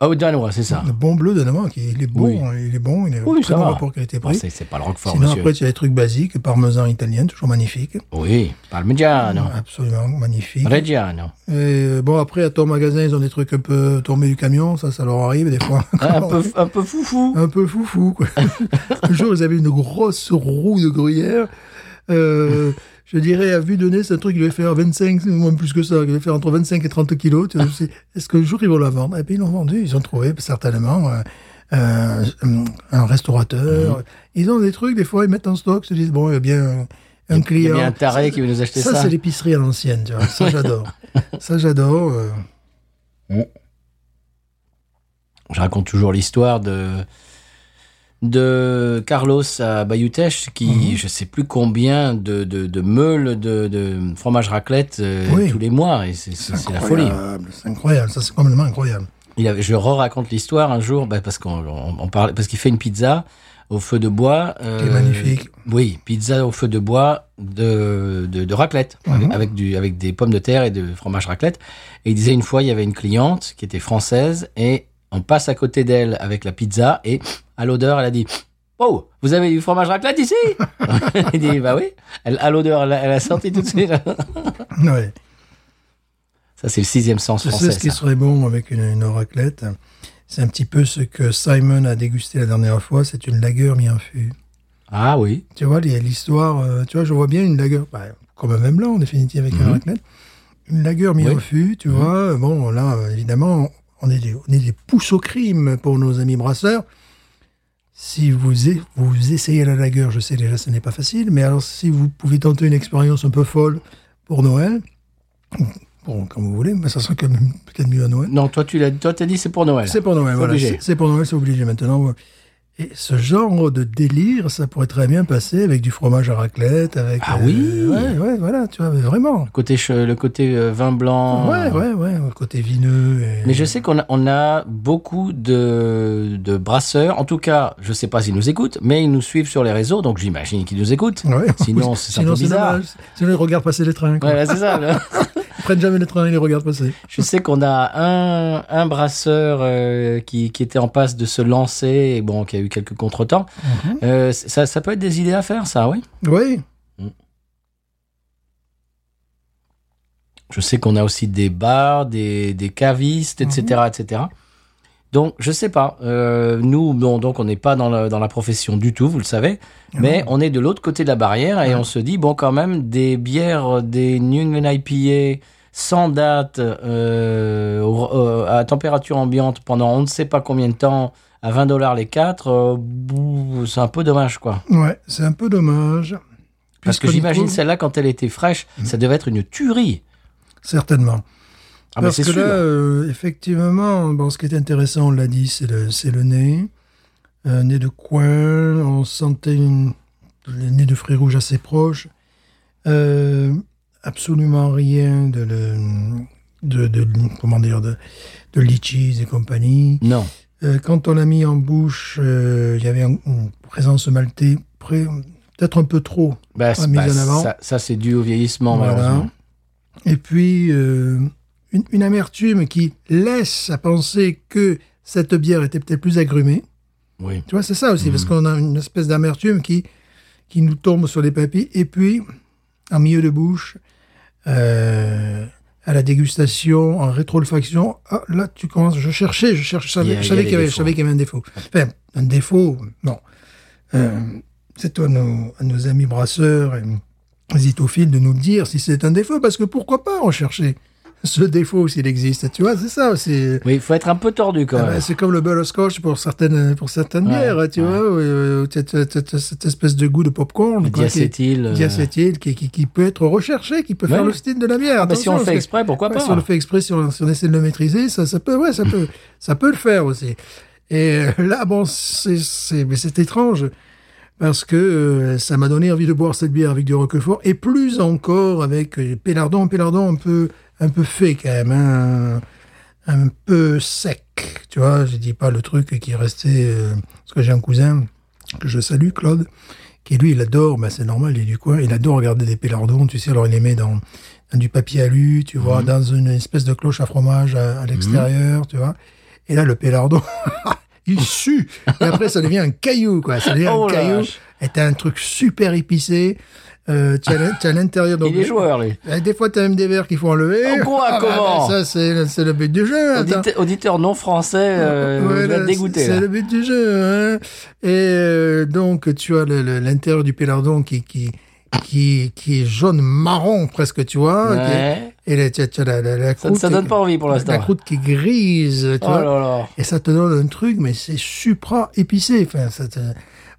A: Ah oui, danois, c'est ça.
B: Un bon bleu danois, qui, il est bon,
A: Oui.
B: hein, il est bon, il est
A: Oui,
B: très
A: ça
B: bon
A: va.
B: rapport
A: Bon,
B: qualité-prix.
A: c'est c'est pas le Roquefort,
B: Sinon,
A: monsieur.
B: après, tu as des trucs basiques, parmesan italien, toujours magnifique.
A: Oui, parmigiano,
B: Ah, Absolument magnifique.
A: reggiano.
B: Et, bon, après, à ton magasin, ils ont des trucs un peu tombés du camion, ça, ça leur arrive des fois.
A: Ah, Un
B: *laughs*
A: peu, un peu foufou.
B: un peu foufou.
A: *laughs*
B: Quoi. un jour, ils avaient une grosse roue de gruyère. Euh, je dirais, à vue de nez, c'est un truc qui devait faire 25, même plus que ça, qui devait faire entre 25 et 30 kilos. Tu vois, c'est- Est-ce qu'un jour, ils vont la vendre Et puis, ils l'ont vendu. Ils ont trouvé, certainement, euh, euh, un restaurateur.
A: Mm-hmm.
B: Ils ont des trucs, des fois, ils mettent en stock, ils se disent, bon, il y a bien un, un
A: Il y a
B: client.
A: bien un taré qui veut nous acheter
B: Ça,
A: ça.
B: c'est l'épicerie à l'ancienne, tu vois.
A: *laughs*
B: Ça, j'adore. ça, j'adore. euh.
A: Je raconte toujours l'histoire de de Carlos à Bayutech
B: Mhm.
A: qui, je sais plus combien de, de, de meules de, de fromage raclette euh,
B: Oui.
A: tous les mois. Et c'est- c'est c'est la folie.
B: Incroyable, C'est incroyable. Ça, c'est complètement incroyable.
A: Il avait- je re-raconte l'histoire un jour bah, parce qu'on on- on parlait parce qu'il fait une pizza au feu de bois. euh,
B: Qui est magnifique.
A: Oui, pizza au feu de bois de, de, de raclette,
B: Mhm.
A: avec, avec du, avec des pommes de terre et de fromage raclette. Et il disait une fois, il y avait une cliente qui était française et on passe à côté d'elle avec la pizza et à l'odeur, elle a dit Oh, vous avez du fromage raclette ici *laughs* Il dit Bah oui, elle, à l'odeur, elle, a- elle a sorti tout de suite. *laughs*
B: Ouais.
A: Ça, c'est le sixième sens
B: Tu sais
A: français.
B: ce qui
A: ça.
B: serait bon avec une, une raclette C'est un petit peu ce que Simon a dégusté la dernière fois, c'est une lagueur mis en fût.
A: Ah oui,
B: Tu vois, les- l'histoire, euh, tu vois, je vois bien une lagueur, bah, comme même là, en définitive, avec une raclette. Une lagueur mis
A: Mhm. Oui. Mhm.
B: en fût, tu vois, euh, bon, là, euh, évidemment, on est, des, on est des pousses au crime pour nos amis brasseurs. Si vous, e- vous essayez la lagueur, je sais déjà, ce n'est pas facile, mais alors si vous pouvez tenter une expérience un peu folle pour Noël, bon, comme vous voulez, mais ça sera quand même peut-être mieux à Noël.
A: non, toi, tu l'as toi, t'as dit c'est pour Noël.
B: C'est pour Noël,
A: C'est
B: voilà.
A: obligé.
B: C'est- C'est pour Noël, c'est obligé maintenant. Et ce genre de délire, ça pourrait très bien passer avec du fromage à raclette, avec. euh,
A: Ah oui
B: ouais, ouais, voilà, tu vois, mais vraiment.
A: Côté che- le côté euh, vin blanc.
B: Ouais, ouais, ouais, le côté vineux. Et...
A: Mais je sais qu'on a, on a beaucoup de, de brasseurs. En tout cas, je sais pas s'ils nous écoutent, mais ils nous suivent sur les réseaux, donc j'imagine qu'ils nous
B: *laughs*
A: écoutent.
B: *laughs* Ouais.
A: Sinon, c'est un
B: Sinon,
A: peu bizarre.
B: dommage. Sinon, ils regardent passer les trains. quoi.
A: Ouais, c'est ça. là.
B: Ils prennent jamais les trains, ils les regardent passer.
A: *laughs* Je sais qu'on a un, un brasseur euh, qui, qui était en passe de se lancer, et bon, qui a eu quelques contretemps. Euh, ça, ça peut être des idées à faire, ça, oui.
B: Oui.
A: Je sais qu'on a aussi des bars, des, des cavistes, etc.,
B: Mhm.
A: etc. Donc, je sais pas. Euh, nous, bon, donc, on n'est pas dans la, dans la profession du tout, vous le savez.
B: Ah
A: Mais on est de l'autre côté de la barrière et on se dit, bon, quand même, des bières, des New England IPA sans date, euh, au- euh, à température ambiante pendant on ne sait pas combien de temps, à 20 dollars les quatre, euh, bouh, c'est un peu dommage, quoi.
B: Ouais, c'est un peu dommage.
A: Parce que
B: Puisqu'on y
A: j'imagine
B: trouve-
A: celle-là, quand elle était fraîche,
B: Mm.
A: ça devait être une tuerie.
B: Certainement.
A: Ah, mais
B: Parce
A: c'est
B: que
A: sûr.
B: là, euh, effectivement, bon, ce qui est intéressant, on l'a dit, c'est le, c'est le nez. Euh, nez de coin, on sentait une, le nez de fruits rouges assez proche. Euh, absolument rien de, le, de, de, comment dire, de, de litchis et compagnie.
A: Non.
B: Euh, quand on l'a mis en bouche, euh, il y avait un- une présence maltais, pré- peut-être un peu trop.
A: Bah, c'est-
B: mise
A: bah,
B: en avant.
A: Ça, ça, c'est dû au vieillissement,
B: Voilà.
A: malheureusement.
B: Et puis, euh, une, une amertume qui laisse à penser que cette bière était peut-être plus agrumée.
A: Oui.
B: Tu vois, c'est ça aussi,
A: Mhm.
B: parce qu'on a une espèce d'amertume qui, qui nous tombe sur les papilles. Et puis, en milieu de bouche, euh, à la dégustation, en rétroolfaction, ah, là, tu commences. Je cherchais, je cherchais, je
A: Il y a- il y
B: savais, je
A: a
B: savais
A: des
B: qu'il y avait, je
A: défauts.
B: savais qu'il y avait un défaut. Enfin, un défaut, non. Euh, c'est à nos, à nos amis brasseurs et zitophiles de nous le dire si c'est un défaut, parce que pourquoi pas rechercher ce défaut s'il existe. Tu vois, c'est ça aussi.
A: Oui, il faut être un peu tordu quand
B: Ah
A: même.
B: ben, c'est comme le beurre au scotch pour certaines, pour certaines
A: Ouais,
B: bières, hein, tu
A: ouais.
B: vois, où, euh, où t'as- t'as- t'as- t'as cette espèce de goût de popcorn.
A: Le
B: quoi, qui-
A: diacétyl, euh,
B: diacétyl, qui, qui, qui peut être recherché, qui peut faire
A: Ouais.
B: le style de la bière.
A: mais Ah, bah, si on le fait
B: Attention, parce que-
A: exprès, pourquoi
B: Ouais,
A: pas hein.
B: Si on le fait exprès, si on, si on essaie de le maîtriser, ça, ça peut, ouais, ça
A: *laughs*
B: peut, ça peut le faire aussi. Et euh, là, bon, c'est, c'est, mais c'est étrange parce que euh, ça m'a donné envie de boire cette bière avec du roquefort et plus encore avec euh, pélardon, pélardon un peu, un peu fait quand même, hein, un, un peu sec. Tu vois, je dis pas le truc qui est resté, euh, parce que j'ai un cousin que je salue, Claude, qui lui, il adore, bah, c'est normal, il est du coin, il adore regarder des pélardons, tu sais, alors il les met dans, dans du papier alu, tu
A: Mhm.
B: vois, dans une espèce de cloche à fromage à, à l'extérieur, tu vois. Et là, le pélardon, *laughs* il sue. Et après, ça devient un caillou, quoi. Ça devient
A: Oh
B: un
A: la
B: caillou.
A: vache.
B: Et t'as un truc super épicé. Euh, tu as l'in- tu as l'intérieur. donc-
A: Il est joueur, lui.
B: Et des fois, t'as même des verres qu'il faut enlever.
A: Oh, quoi,
B: bah,
A: comment
B: Ça, c'est le- c'est le but du jeu. hein, t'as-
A: Audite- auditeur non français, euh,
B: Ouais,
A: vous
B: là,
A: êtes dégoûté.
B: C'est c'est
A: là.
B: le but du jeu. hein. Et euh, donc, tu as le- le- l'intérieur du pélardon qui, qui, qui, qui est jaune-marron presque, tu vois.
A: Ouais.
B: Et là, tu as, tu as la, la, la
A: Ça ne
B: croûte.
A: ça donne pas envie pour
B: la
A: l'instant.
B: croûte qui est grise,
A: Oh
B: tu vois.
A: là là.
B: Et ça te donne un truc, mais c'est supra épicé. Enfin, ça te...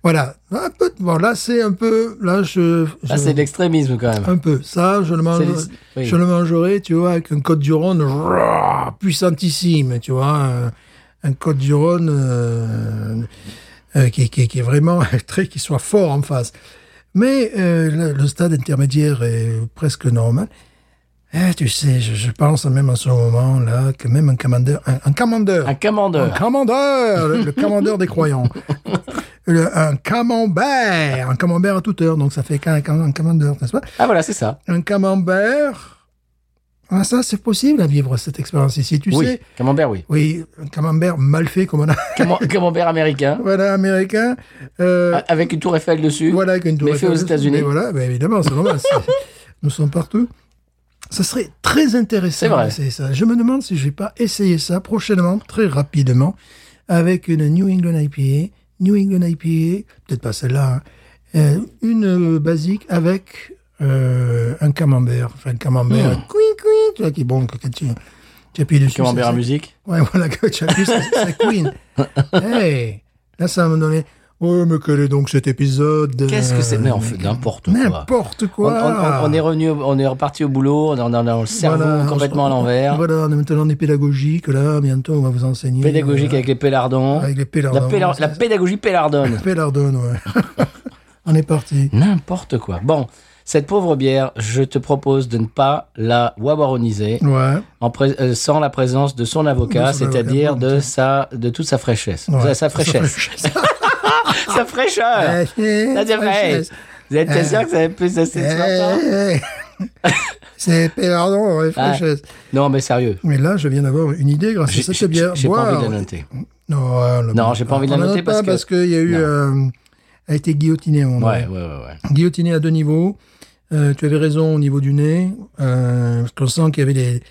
B: Voilà. Un peu, bon, là, c'est un peu, là, je,
A: Là,
B: je-
A: Ah, c'est de l'extrémisme quand même.
B: un peu. Ça, je le mange,
A: C'est les- oui.
B: je le mangerai, tu vois, avec un Côte du Rhône rrrr, puissantissime, tu vois, un, un Côte du Rhône euh, euh, qui, qui, qui est vraiment *laughs* très, qui soit fort en face. Mais euh, le, le stade intermédiaire est presque normal. Eh, tu sais, je, je pense même en ce moment là que même un commandeur, un, un commandeur,
A: Un commandeur.
B: Camembert, le, le camembert des
A: *laughs*
B: croyants. Le- un camembert, un camembert à toute heure, donc ça fait qu'un cam- un camembert, n'est-ce pas
A: Ah voilà, c'est ça.
B: Un camembert. Ah, ça, c'est possible à vivre cette expérience ici, tu
A: oui.
B: sais.
A: Camembert, oui.
B: Oui, un camembert mal fait comme on a, *laughs*
A: Camem- camembert américain.
B: voilà, américain. Euh,
A: a- Avec une tour Eiffel dessus.
B: Voilà, qu'une tour
A: Mais fait aux
B: Eiffel.
A: États-Unis.
B: Mais Voilà, mais évidemment, c'est normal. c'est- *laughs* Nous sommes partout. Ça serait très intéressant
A: C'est vrai.
B: d'essayer ça. Je me demande si je vais pas essayer ça prochainement, très rapidement, avec une New England IPA, New England IPA, peut-être pas celle-là, hein, euh, une euh, basique avec euh, un camembert, enfin un camembert,
A: Hmm.
B: euh, couin, couin, tu vois, qui est bon, que que tu, tu appuies dessus.
A: Camembert
B: ça-
A: à
B: ça- *laughs*
A: musique. *laughs*
B: Ouais, voilà, que tu appuies, c'est c'est Queen. hey, là, ça m'a donné. Oui, mais quel est donc cet épisode
A: Qu'est-ce que c'est Mais on fait
B: Euh,
A: n'importe quoi.
B: N'importe
A: On, on-
B: quoi.
A: on- on est revenu, au- on est reparti au boulot, on a, on a- on a le cerveau
B: Voilà, on
A: complètement à
B: se-
A: l'envers,
B: Voilà, on est maintenant des pédagogiques, là, bientôt on va vous enseigner.
A: pédagogique
B: euh,
A: avec les pélardons,
B: avec les
A: la,
B: pélardons.
A: péla-
B: c'est
A: la
B: ça.
A: pédagogie
B: *laughs*
A: pélardonne.
B: Pélardonne, ouais. *laughs* on est parti.
A: N'importe quoi. Bon, cette pauvre bière, je te propose de ne pas la wawaroniser
B: Ouais.
A: en pré- euh, sans la présence de son avocat,
B: De son avocat,
A: c'est-à-dire
B: bon,
A: de sa, de toute sa fraîchesse,
B: ouais.
A: sa, sa fraîchesse, *laughs* sa fraîcheur. Ça, c'est vrai.
B: fraîchesse.
A: Vous êtes
B: Eh.
A: sûr que ça avait plus de cette fraîcheur
B: Eh, eh. *laughs* C'est pélardon, ouais, fraîchesse.
A: Non, mais sérieux.
B: Mais là, je viens d'avoir une idée grâce
A: Ah. J'ai
B: à cette
A: j'ai-
B: bière.
A: j'ai pas
B: Boire.
A: envie de la noter.
B: Non, euh, le-
A: Non, j'ai pas envie de la
B: on
A: noter
B: note
A: parce
B: pas
A: que-
B: parce qu'il y a eu.
A: Non.
B: euh, a été guillotiné, on
A: Ouais, ouais, ouais. ouais.
B: guillotiné à deux niveaux. Euh, tu avais raison au niveau du nez, euh, parce qu'on sent qu'il y avait des,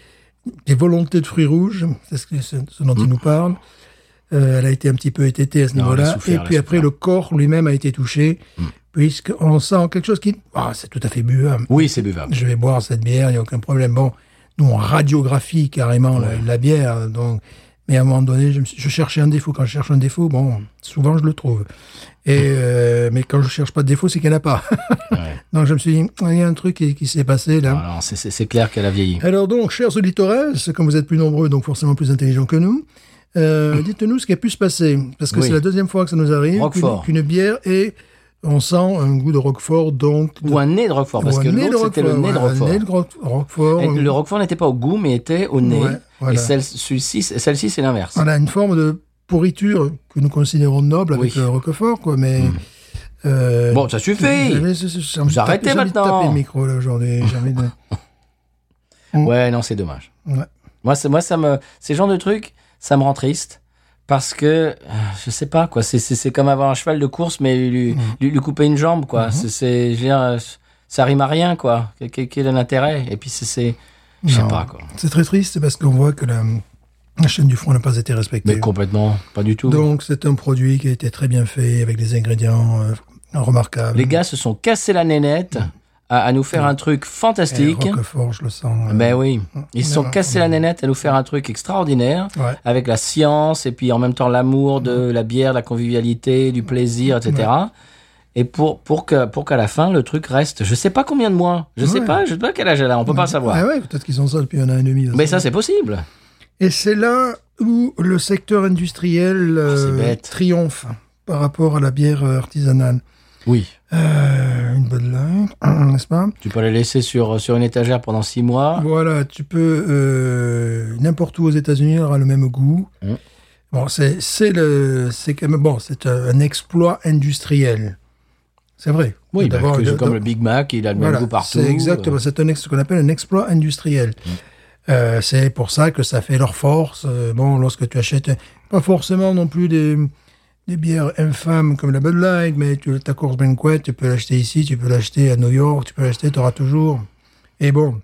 B: des volontés de fruits rouges, c'est ce, que- ce- ce dont il nous parle. Euh, elle a été un petit peu ététée à ce
A: Hmm. Non, elle a
B: niveau-là.
A: souffert,
B: Et
A: elle a
B: puis après,
A: souffert. Hmm.
B: le corps lui-même a été touché, puisqu'on sent quelque chose qui... Ah, c'est tout à fait buvable.
A: Oui, c'est buvable.
B: Je vais boire cette bière, il n'y a aucun problème. Bon, nous, on radiographie carrément la- la, bière. Donc, mais à un moment donné, je, me suis- je cherchais un défaut. Quand je cherche un défaut, bon, souvent, je le trouve. Et, euh, mais quand je cherche pas de défaut, c'est qu'il n'y en a pas. *laughs*
A: Ouais.
B: Donc je me suis dit, il y a un truc qui, qui s'est passé là.
A: Alors, c'est- c'est c'est clair qu'elle a vieilli.
B: Alors donc, chers auditeurs, comme vous êtes plus nombreux, donc forcément plus intelligents que nous, euh, dites-nous ce qui a pu se passer. Parce que
A: Hum. Oui.
B: c'est la deuxième fois que ça nous arrive, qu'une
A: Roquefort.
B: qu'une bière et on sent un goût de Roquefort, donc... de-
A: Ou un nez de Roquefort, parce
B: Euh, ou un
A: que
B: nez de
A: l'autre, c'était le
B: Roquefort,
A: nez de
B: ouais, un
A: Roquefort.
B: nez de Ro- Roquefort,
A: Et
B: euh,
A: le Roquefort n'était pas au goût, mais était au nez.
B: Ouais, voilà.
A: Et celle- celui-ci- celle-ci, c'est l'inverse.
B: Voilà, une forme de pourriture que nous considérons noble avec
A: Oui. Hmm.
B: le Roquefort, quoi, mais... euh,
A: Bon, ça suffit.
B: j'avais- j'ai envie de
A: Vous arrêtez
B: taper- j'ai envie de
A: maintenant.
B: taper le micro, là, aujourd'hui. J'ai envie de-
A: Ouais, non, c'est dommage.
B: Ouais.
A: Moi, c'est- moi, ça me, ces genres de trucs, ça me rend triste. Parce que, euh, je sais pas, quoi. C'est- C'est c'est comme avoir un cheval de course, mais
B: Mhm.
A: lui, lui, lui couper une jambe, quoi. C'est- C'est, je veux dire, euh, ça rime à rien, quoi. Que- que- Quel est l'intérêt Et puis, c'est- c'est, je sais
B: Non.
A: pas, quoi.
B: C'est très triste parce qu'on voit que la, la chaîne du front n'a pas été
A: Mais
B: respectée.
A: complètement, pas du tout.
B: Donc c'est un produit qui a été très bien fait avec des ingrédients euh, remarquables.
A: Les gars se sont cassés la nénette à, à nous faire un truc
B: Et
A: fantastique.
B: Roquefort, je le sens. euh,
A: Ben oui, ils se sont
B: Ouais,
A: cassés la nénette à nous faire un truc extraordinaire
B: Ouais.
A: avec la science et puis en même temps l'amour de la bière, la convivialité, du plaisir, etc. Et pour pour que pour qu'à la fin le truc reste, je sais pas combien de mois, je sais
B: Ouais.
A: pas, je sais pas quel âge elle a, on peut pas savoir.
B: Ah ouais, peut-être qu'ils ont ça depuis un an et demi.
A: Mais ça c'est possible.
B: Et c'est là où le secteur industriel euh,
A: Ah, c'est bête.
B: triomphe par rapport à la bière euh, artisanale.
A: Oui,
B: Euh, une bonne ligne, *clears throat* n'est-ce pas
A: tu peux la laisser sur sur une étagère pendant six mois.
B: Voilà, tu peux euh, n'importe où aux États-Unis, elle aura le même goût.
A: Mm.
B: Bon, c'est c'est le c'est quand même bon, c'est un, un exploit industriel. C'est vrai.
A: Oui, bah,
B: D'avoir-
A: que-
B: de-
A: comme
B: de-
A: le Big Mac, il a le
B: voilà,
A: même goût partout. euh. Mm.
B: C'est exactement, c'est un ex- ce qu'on appelle un exploit industriel. Euh, c'est pour ça que ça fait leur force. euh, bon, lorsque tu achètes, un- pas forcément non plus des, des bières infâmes comme la Bud Light, mais tu, ta course banquet, tu peux l'acheter ici, tu peux l'acheter à New York, tu peux l'acheter, tu auras toujours. Et bon,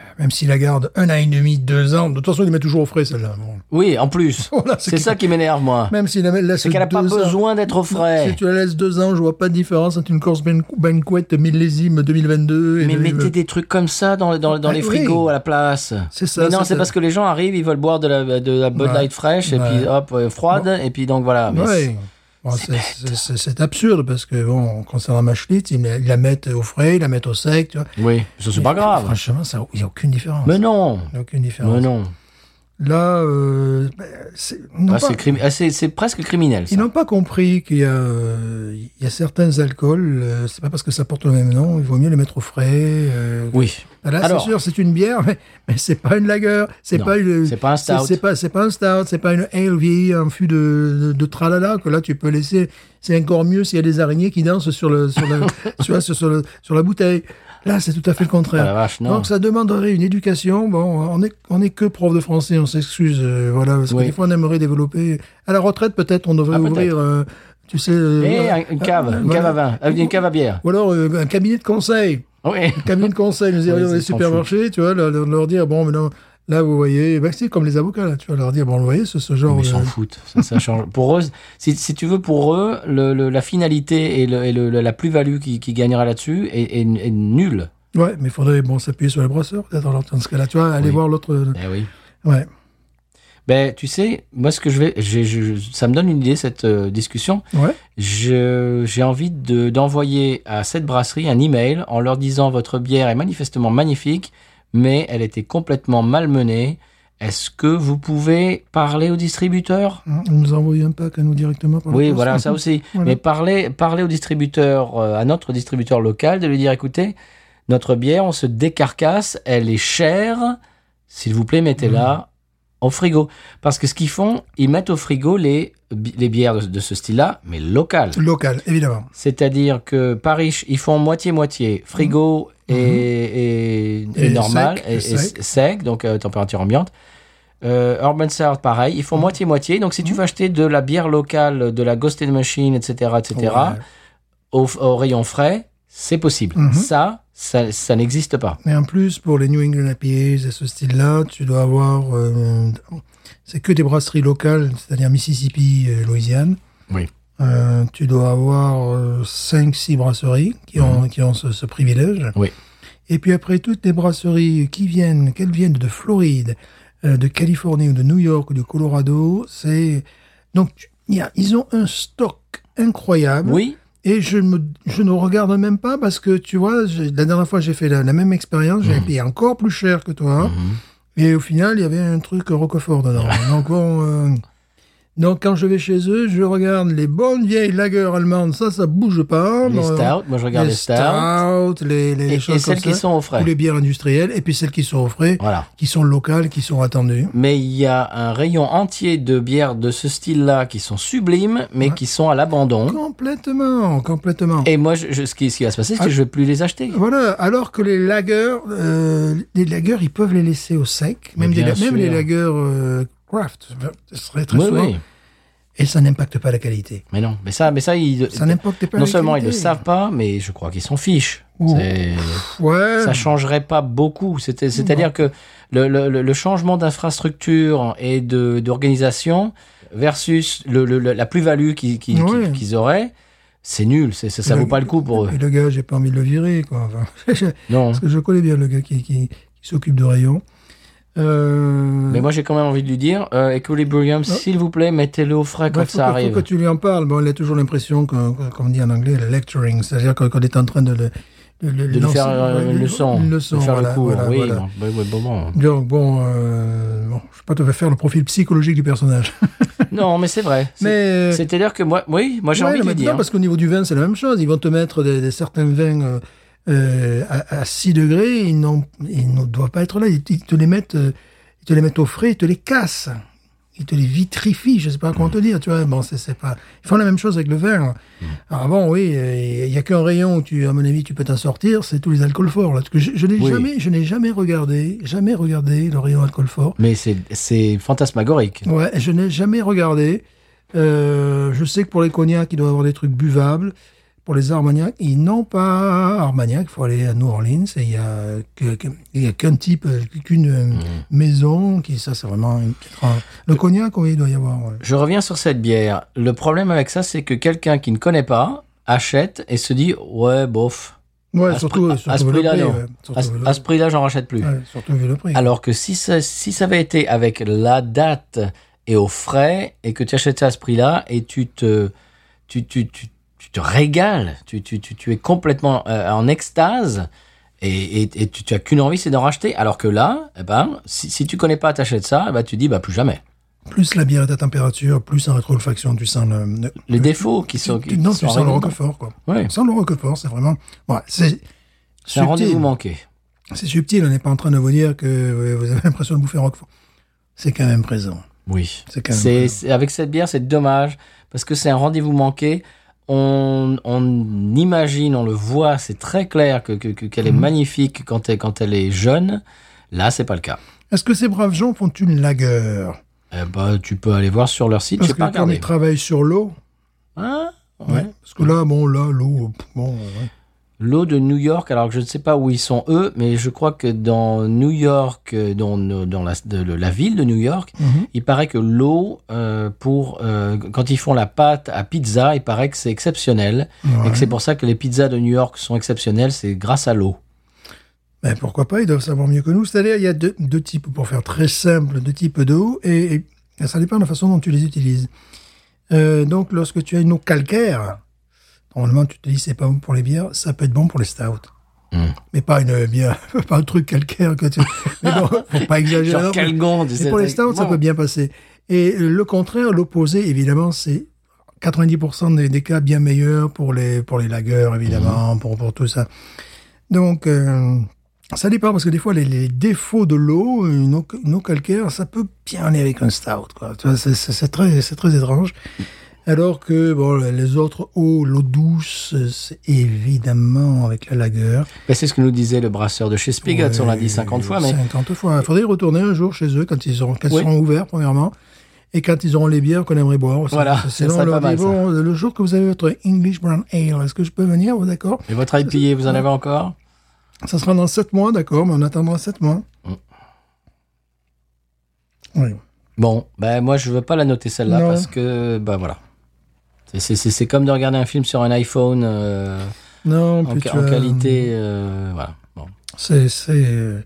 B: euh, même si la garde un an et demi, deux ans, de toute façon, il met toujours au frais celle-là. Bon.
A: Oui, en plus,
B: *laughs* Voilà,
A: c'est ça qui m'énerve moi.
B: Même si la laisse
A: C'est qu'elle a pas
B: deux ans-
A: besoin d'être au frais.
B: Si tu la laisses deux ans, je vois pas de différence entre une course ban- banquet millésime 2022 et
A: Mais
B: 2020.
A: mettez des trucs comme ça dans, dans, dans
B: Ah,
A: les
B: oui.
A: frigos à la place.
B: C'est ça,
A: Mais non,
B: c'est
A: c'est
B: ça.
A: parce que les gens arrivent, ils veulent boire de la, de la Bud
B: Ouais.
A: Light fraîche et
B: Ouais.
A: puis hop, euh, froide. Et puis donc voilà. Ah, Mais
B: Ouais. Bon, c'est- c'est c'est- c'est absurde parce que, bon, concernant Machlitz, ils la- ils la mettent au frais, ils la mettent au sec, tu vois.
A: c'est- Oui, ça c'est pas
B: Mais
A: grave.
B: Franchement, ça- il n'y a aucune différence.
A: Mais non.
B: Il y a aucune différence.
A: Mais non.
B: Là, euh, ben, c'est- non,
A: Ah,
B: pas-
A: c'est crimi- ah, c'est c'est presque criminel. ça.
B: ils n'ont pas compris qu'il y, a, euh, il y a certains alcools, euh, c'est pas parce que ça porte le même nom, il vaut mieux les mettre au frais. euh,
A: Oui.
B: Là,
A: Alors-
B: c'est sûr, c'est une bière, mais, mais c'est pas une lager, c'est
A: Non,
B: pas une,
A: c'est pas un stout.
B: c'est pas, c'est pas un stout, c'est pas une ale vieillie, un fût de, de, de tralala que là tu peux laisser. C'est encore mieux s'il y a des araignées qui dansent sur le, sur
A: *laughs*
B: le- tu vois, sur, sur le- sur la bouteille. Là, c'est tout à fait le contraire.
A: Ah, la vache, non.
B: Donc ça demanderait une éducation. Bon, on est, on est que prof de français, on s'excuse, euh, voilà, parce
A: Oui.
B: que des fois on aimerait développer. À la retraite, peut-être, on devrait
A: Ah,
B: ouvrir,
A: peut-être.
B: euh, tu sais, euh,
A: Et
B: voilà.
A: Eh, un- une cave,
B: Ah,
A: une
B: voilà.
A: cave à vin, euh, une cave à bière. Ah,
B: Ou alors euh, un cabinet de conseil
A: Oui.
B: cabinet de conseil, nous
A: Oui,
B: irions dans
A: ils
B: les
A: s'en
B: supermarchés, tu vois, leur, leur- leur dire, bon, mais non, là, vous voyez, ben, c'est comme les avocats, là, tu vois, leur dire, bon, vous voyez, ce, ce genre euh,
A: Mais
B: de-
A: ils s'en foutent, ça, ça change. Pour eux, si, si tu veux, pour eux, le, le- la finalité et, le, et le- la plus-value qui, qui gagnera là-dessus est, est, est nulle.
B: Ouais, euh, mais il faudrait, bon, s'appuyer sur les brasseurs, peut-être, alors, dans ce cas-là, tu vois, aller
A: Eh Oui.
B: voir l'autre...
A: Eh oui.
B: Ouais.
A: Ben, tu sais, moi, ce que je vais, j'ai- je- je- ça me donne une idée cette euh, discussion.
B: Ouais.
A: Je- J'ai envie de- d'envoyer à cette brasserie un email en leur disant votre bière est manifestement magnifique, mais elle était complètement malmenée. Est-ce que vous pouvez parler au distributeur
B: Hein, Nous envoyez un pack à nous directement. par la
A: Oui,
B: poste.
A: voilà, ça aussi.
B: Voilà.
A: Mais parler, parler au distributeur, euh, à notre distributeur local, de lui dire écoutez, notre bière, on se décarcasse, elle est chère. S'il vous plaît, mettez-la au frigo. Parce que ce qu'ils font, ils mettent au frigo les, bi- les bières de, de ce style-là, mais locales.
B: Local, évidemment.
A: C'est-à-dire que Paris, ils font moitié-moitié, frigo et, et- et
B: Mhm. Et
A: normal,
B: sec,
A: et, et
B: sec.
A: sec, donc euh, température ambiante. Euh, Urban Sour, pareil, ils
B: Mhm.
A: font moitié-moitié. Donc si tu veux acheter de la bière locale, de la Ghosted Machine, etc., etc.,
B: Ouais.
A: au, au rayon frais, c'est possible.
B: Mhm.
A: Ça, ça, ça n'existe pas.
B: Et en plus, pour les New England IPAs et ce style-là, tu dois avoir. euh, c'est que des brasseries locales, c'est-à-dire Mississippi et Louisiane.
A: Oui.
B: Euh, tu dois avoir 5-6 brasseries qui ont, qui ont ce, ce privilège.
A: Mhm. Oui.
B: Et puis après, toutes les brasseries qui viennent, qu'elles viennent de Floride, euh, de Californie ou de New York ou de Colorado, c'est. Donc, tu- il y a, ils ont un stock incroyable.
A: Oui,
B: Et je, me, je ne regarde même pas parce que tu vois, j'ai- la dernière fois j'ai fait la, la même expérience,
A: Mmh.
B: j'ai payé encore plus cher que toi. Et au final, il y avait un truc
A: *laughs*
B: Roquefort dedans. donc bon. euh, donc quand je vais chez eux, je regarde les bonnes vieilles lagers allemandes, ça, ça bouge pas.
A: les
B: Bon,
A: stouts, moi je regarde
B: Oh, les
A: les, stouts.
B: stouts, les, les
A: Et-
B: choses
A: et celles
B: comme
A: qui
B: ça,
A: sont au frais.
B: Ou les bières industrielles, et puis celles qui sont au frais,
A: Voilà.
B: qui sont locales, qui sont attendues.
A: Mais il y a un rayon entier de bières de ce style-là qui sont sublimes, mais qui sont à l'abandon.
B: Complètement, complètement.
A: Mmh. Et moi, je, je- ce, qui, ce qui va se passer, c'est que
B: Ah.
A: je vais plus les acheter.
B: Voilà, alors que les lagers, euh, les lagers, ils peuvent les laisser au sec,
A: Mais
B: même, des-
A: bien sûr.
B: même les lagers euh, craft, ce serait très
A: oui,
B: souvent,
A: oui.
B: et ça n'impacte pas la qualité.
A: Mais non, mais ça, mais ça, ils,
B: Ça n'impacte pas
A: non
B: la
A: seulement ils
B: qualité.
A: le savent pas, mais je crois qu'ils s'en fichent.
B: Ouh.
A: C'est-
B: Ouais,
A: Ça changerait pas beaucoup. C'était- C'est-à-dire que le, le- le- le changement d'infrastructure et de- d'organisation versus le- le- le- la plus-value qu'ils qui- qui-
B: Ouais.
A: qu'ils auraient, c'est nul. C'est- Ça, ça
B: Le-
A: vaut pas le coup pour eux.
B: et le gars, j'ai pas envie de le virer, quoi. Enfin, *laughs*
A: Non.
B: parce que je connais bien le gars qui, qui, qui s'occupe de rayons. Euh,
A: Mais moi, j'ai quand même envie de lui dire, euh, Equilibrium, s'il vous plaît, mettez-le au frais
B: bah,
A: quand
B: faut
A: ça
B: que-
A: arrive.
B: Faut que tu lui en parles. Bon, il a toujours l'impression, que, que- comme on dit en anglais, le lecturing, c'est-à-dire qu'on qu'on est en train de le. De, le-
A: De lui
B: lancer-
A: faire euh,
B: ouais,
A: une leçon,
B: Une
A: de
B: leçon,
A: faire
B: voilà,
A: le cours.
B: voilà,
A: oui,
B: voilà.
A: bon, oui, oui, bon,
B: *laughs*
A: bon.
B: Donc bon, euh, bon, je ne vais pas te faire le profil psychologique du personnage.
A: Non, mais c'est vrai. *laughs* C'est-
B: Mais euh,
A: C'est-à-dire que moi, oui, moi j'ai
B: ouais,
A: envie de
B: mais
A: le
B: non,
A: dire. hein.
B: parce qu'au niveau du vin, c'est la même chose. Ils vont te mettre des, des certains vins euh, euh, à, à 6 degrés, ils, n'ont- ils ne doivent pas être là. Ils, ils te les mettent, euh, ils te les mettent au frais, ils te les cassent, ils te les vitrifient. Je ne sais pas comment te dire. Tu vois, bon, c'est c'est pas. Ils font la même chose avec le vin.
A: Mmh.
B: Alors bon, oui, euh, il n'y a qu'un rayon où tu, à mon avis, tu peux t'en sortir. C'est tous les alcools forts là. Parce que je, je n'ai
A: Oui.
B: jamais, je n'ai jamais regardé, jamais regardé le rayon alcool fort.
A: Mais c'est- c'est fantasmagorique.
B: Ouais, je n'ai jamais regardé. Euh, je sais que pour les cognacs, il doit y avoir des trucs buvables. Pour les armagnacs, ils n'ont pas armagnac. Il faut aller à New Orleans et il y a que- que- il y a qu'un type, euh, qu'une euh,
A: Mhm.
B: maison qui ça c'est vraiment une petite rare. Le cognac, oui, il doit y avoir. ouais.
A: Je reviens sur cette bière. Le problème avec ça, c'est que quelqu'un qui ne connaît pas achète et se dit ouais bof.
B: Ouais,
A: À ce
B: surtout,
A: prix- à-
B: surtout
A: à ce
B: vu le
A: prix-là,
B: prix.
A: non.
B: ouais.
A: À,
B: Surtout
A: ce-
B: vu le-
A: à ce prix-là, j'en rachète plus.
B: Oh, ouais, surtout vu le prix.
A: Alors que si ça, si ça avait été avec la date et au frais et que tu achètes ça à ce prix-là et tu te tu tu tu, tu te régales, tu tu tu, tu es complètement euh, en extase. Et, et, et tu, tu as qu'une envie, c'est d'en racheter. Alors que là, eh ben, si, si tu connais pas, t'achètes ça, eh ben, tu dis bah plus jamais.
B: Plus la bière est à température, plus en rétro-olfaction, tu sens le. le-
A: les défauts qui sont.
B: tu-
A: qui
B: non,
A: sont
B: tu sens le
A: arrivés.
B: roquefort, quoi.
A: Ouais.
B: Sans le roquefort, c'est vraiment. Ouais, c'est.
A: C'est un
B: subtil.
A: rendez-vous manqué.
B: C'est subtil, on n'est pas en train de vous dire que euh, vous avez l'impression de bouffer Roquefort. C'est quand même présent.
A: Oui.
B: C'est quand même
A: C'est
B: présent.
A: c'est- avec cette bière, c'est dommage parce que c'est un rendez-vous manqué. On, on imagine, on le voit, c'est très clair que que- que-
B: Mhm.
A: qu'elle est magnifique quand elle quand elle est jeune. Là, c'est pas le cas.
B: Est-ce que ces braves gens font une lagueur
A: Eh ben, tu peux aller voir sur leur site.
B: Parce
A: J'ai
B: que
A: pas
B: quand
A: regardé.
B: ils travaillent sur l'eau,
A: Hein
B: ouais.
A: Ouais.
B: parce que là, bon, là, l'eau, pff, bon, ouais.
A: L'eau de New York, alors que je ne sais pas où ils sont eux, mais je crois que dans New York, euh, dans, dans la, de- le- la ville de New York,
B: Mhm.
A: il paraît que l'eau, euh, pour euh, quand ils font la pâte à pizza, il paraît que c'est exceptionnel. Et que c'est pour ça que les pizzas de New York sont exceptionnelles, c'est grâce à l'eau.
B: Ben, pourquoi pas, ils doivent savoir mieux que nous. C'est-à-dire, il y a deux, deux types, pour faire très simple, deux types d'eau, et, et Et Ça dépend de la façon dont tu les utilises. Euh, donc, lorsque tu as une eau calcaire, normalement, tu te dis c'est pas bon pour les bières, ça peut être bon pour les stouts. Mais pas une bière, *laughs* pas un truc calcaire que tu. Mais bon, faut pas exagérer.
A: Genre
B: non plus.
A: Calgon, tu
B: Mais
A: sais,
B: pour les
A: t'as-
B: stouts, ça
A: Wow.
B: peut bien passer. Et euh, le contraire, l'opposé, évidemment, c'est 90% des, des cas bien meilleurs pour les pour les lagueurs, évidemment, pour pour tout ça. Donc euh, ça dépend parce que des fois les, les défauts de l'eau, euh, une eau, une eau calcaire, ça peut bien aller avec un stout. Quoi. Tu vois, c'est- C'est c'est très c'est très étrange. Alors que bon, les autres eaux, l'eau douce, c'est évidemment avec la lagueur.
A: Ben, c'est ce que nous disait le brasseur de chez Spigot, on l'a dit 50 fois, mais
B: 50 fois. Il faudrait y retourner un jour chez eux quand ils auront, quand ils
A: Oui.
B: seront ouverts, premièrement. Et quand ils auront les bières qu'on aimerait boire. C'est-
A: Voilà, ça
B: C'est là, on
A: serait pas
B: leur dit,
A: mal, ça.
B: bon, le jour que vous avez votre English Brown Ale, est-ce que je peux venir? Oh, d'accord.
A: et votre IPA, vous en avez encore
B: Ça sera dans 7 mois, d'accord, mais on attendra 7 mois.
A: Mm.
B: Oui.
A: Bon, ben moi je veux pas la noter celle-là
B: Non.
A: parce que ben voilà. C'est- C'est c'est- c'est comme de regarder un film sur un iPhone euh,
B: Non,
A: en,
B: puis
A: ca-
B: tu
A: en
B: as-
A: qualité, euh, voilà. Bon.
B: C'est, c'est, euh,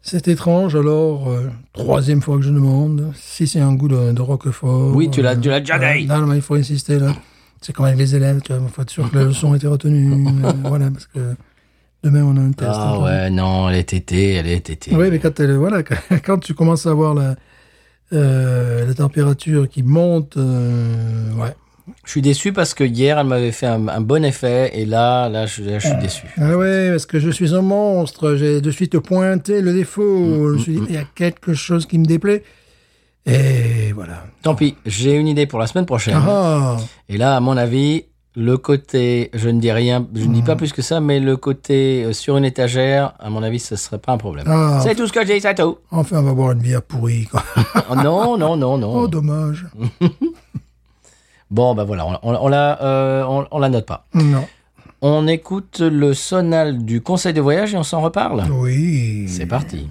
B: c'est étrange. Alors, euh, troisième fois que je demande, si c'est un goût de, de roquefort.
A: Oui, tu l'as-
B: euh,
A: tu l'as déjà
B: voilà.
A: dit.
B: Non, non, mais il faut insister là. C'est comme avec les élèves, tu vois. Il faut être sûr que la
A: *laughs*
B: leçon a été retenue. euh, voilà, parce que demain on a un test.
A: Ah
B: encore.
A: ouais, non, elle est tétée, elle est tétée.
B: Oui, mais quand, elle- voilà, *laughs* quand, quand tu commences à avoir la, euh, la température qui monte, euh, ouais.
A: Je suis déçu parce que hier elle m'avait fait un, un bon effet et là, là je, là, je suis déçu.
B: Ah ouais, parce que je suis un monstre. J'ai de suite pointé le
A: Mm,
B: défaut. je me suis dit, il y a quelque chose qui me déplaît. Et voilà.
A: Tant pis, j'ai une idée pour la semaine prochaine.
B: Ah,
A: Et là, à mon avis, le côté, je ne dis rien, je ne dis
B: Mm.
A: pas plus que ça, mais le côté euh, sur une étagère, à mon avis, ce serait pas un problème.
B: Ah.
A: C'est tout ce que j'ai, c'est
B: *laughs*
A: tout.
B: enfin, on va boire une bière pourrie. Quoi.
A: Oh, non, non, non, non.
B: Oh, dommage.
A: Bon, ben voilà, on, on- on la, euh, on, on la note pas.
B: Non.
A: On écoute le sonal du conseil de voyage et on s'en reparle.
B: Oui.
A: C'est parti.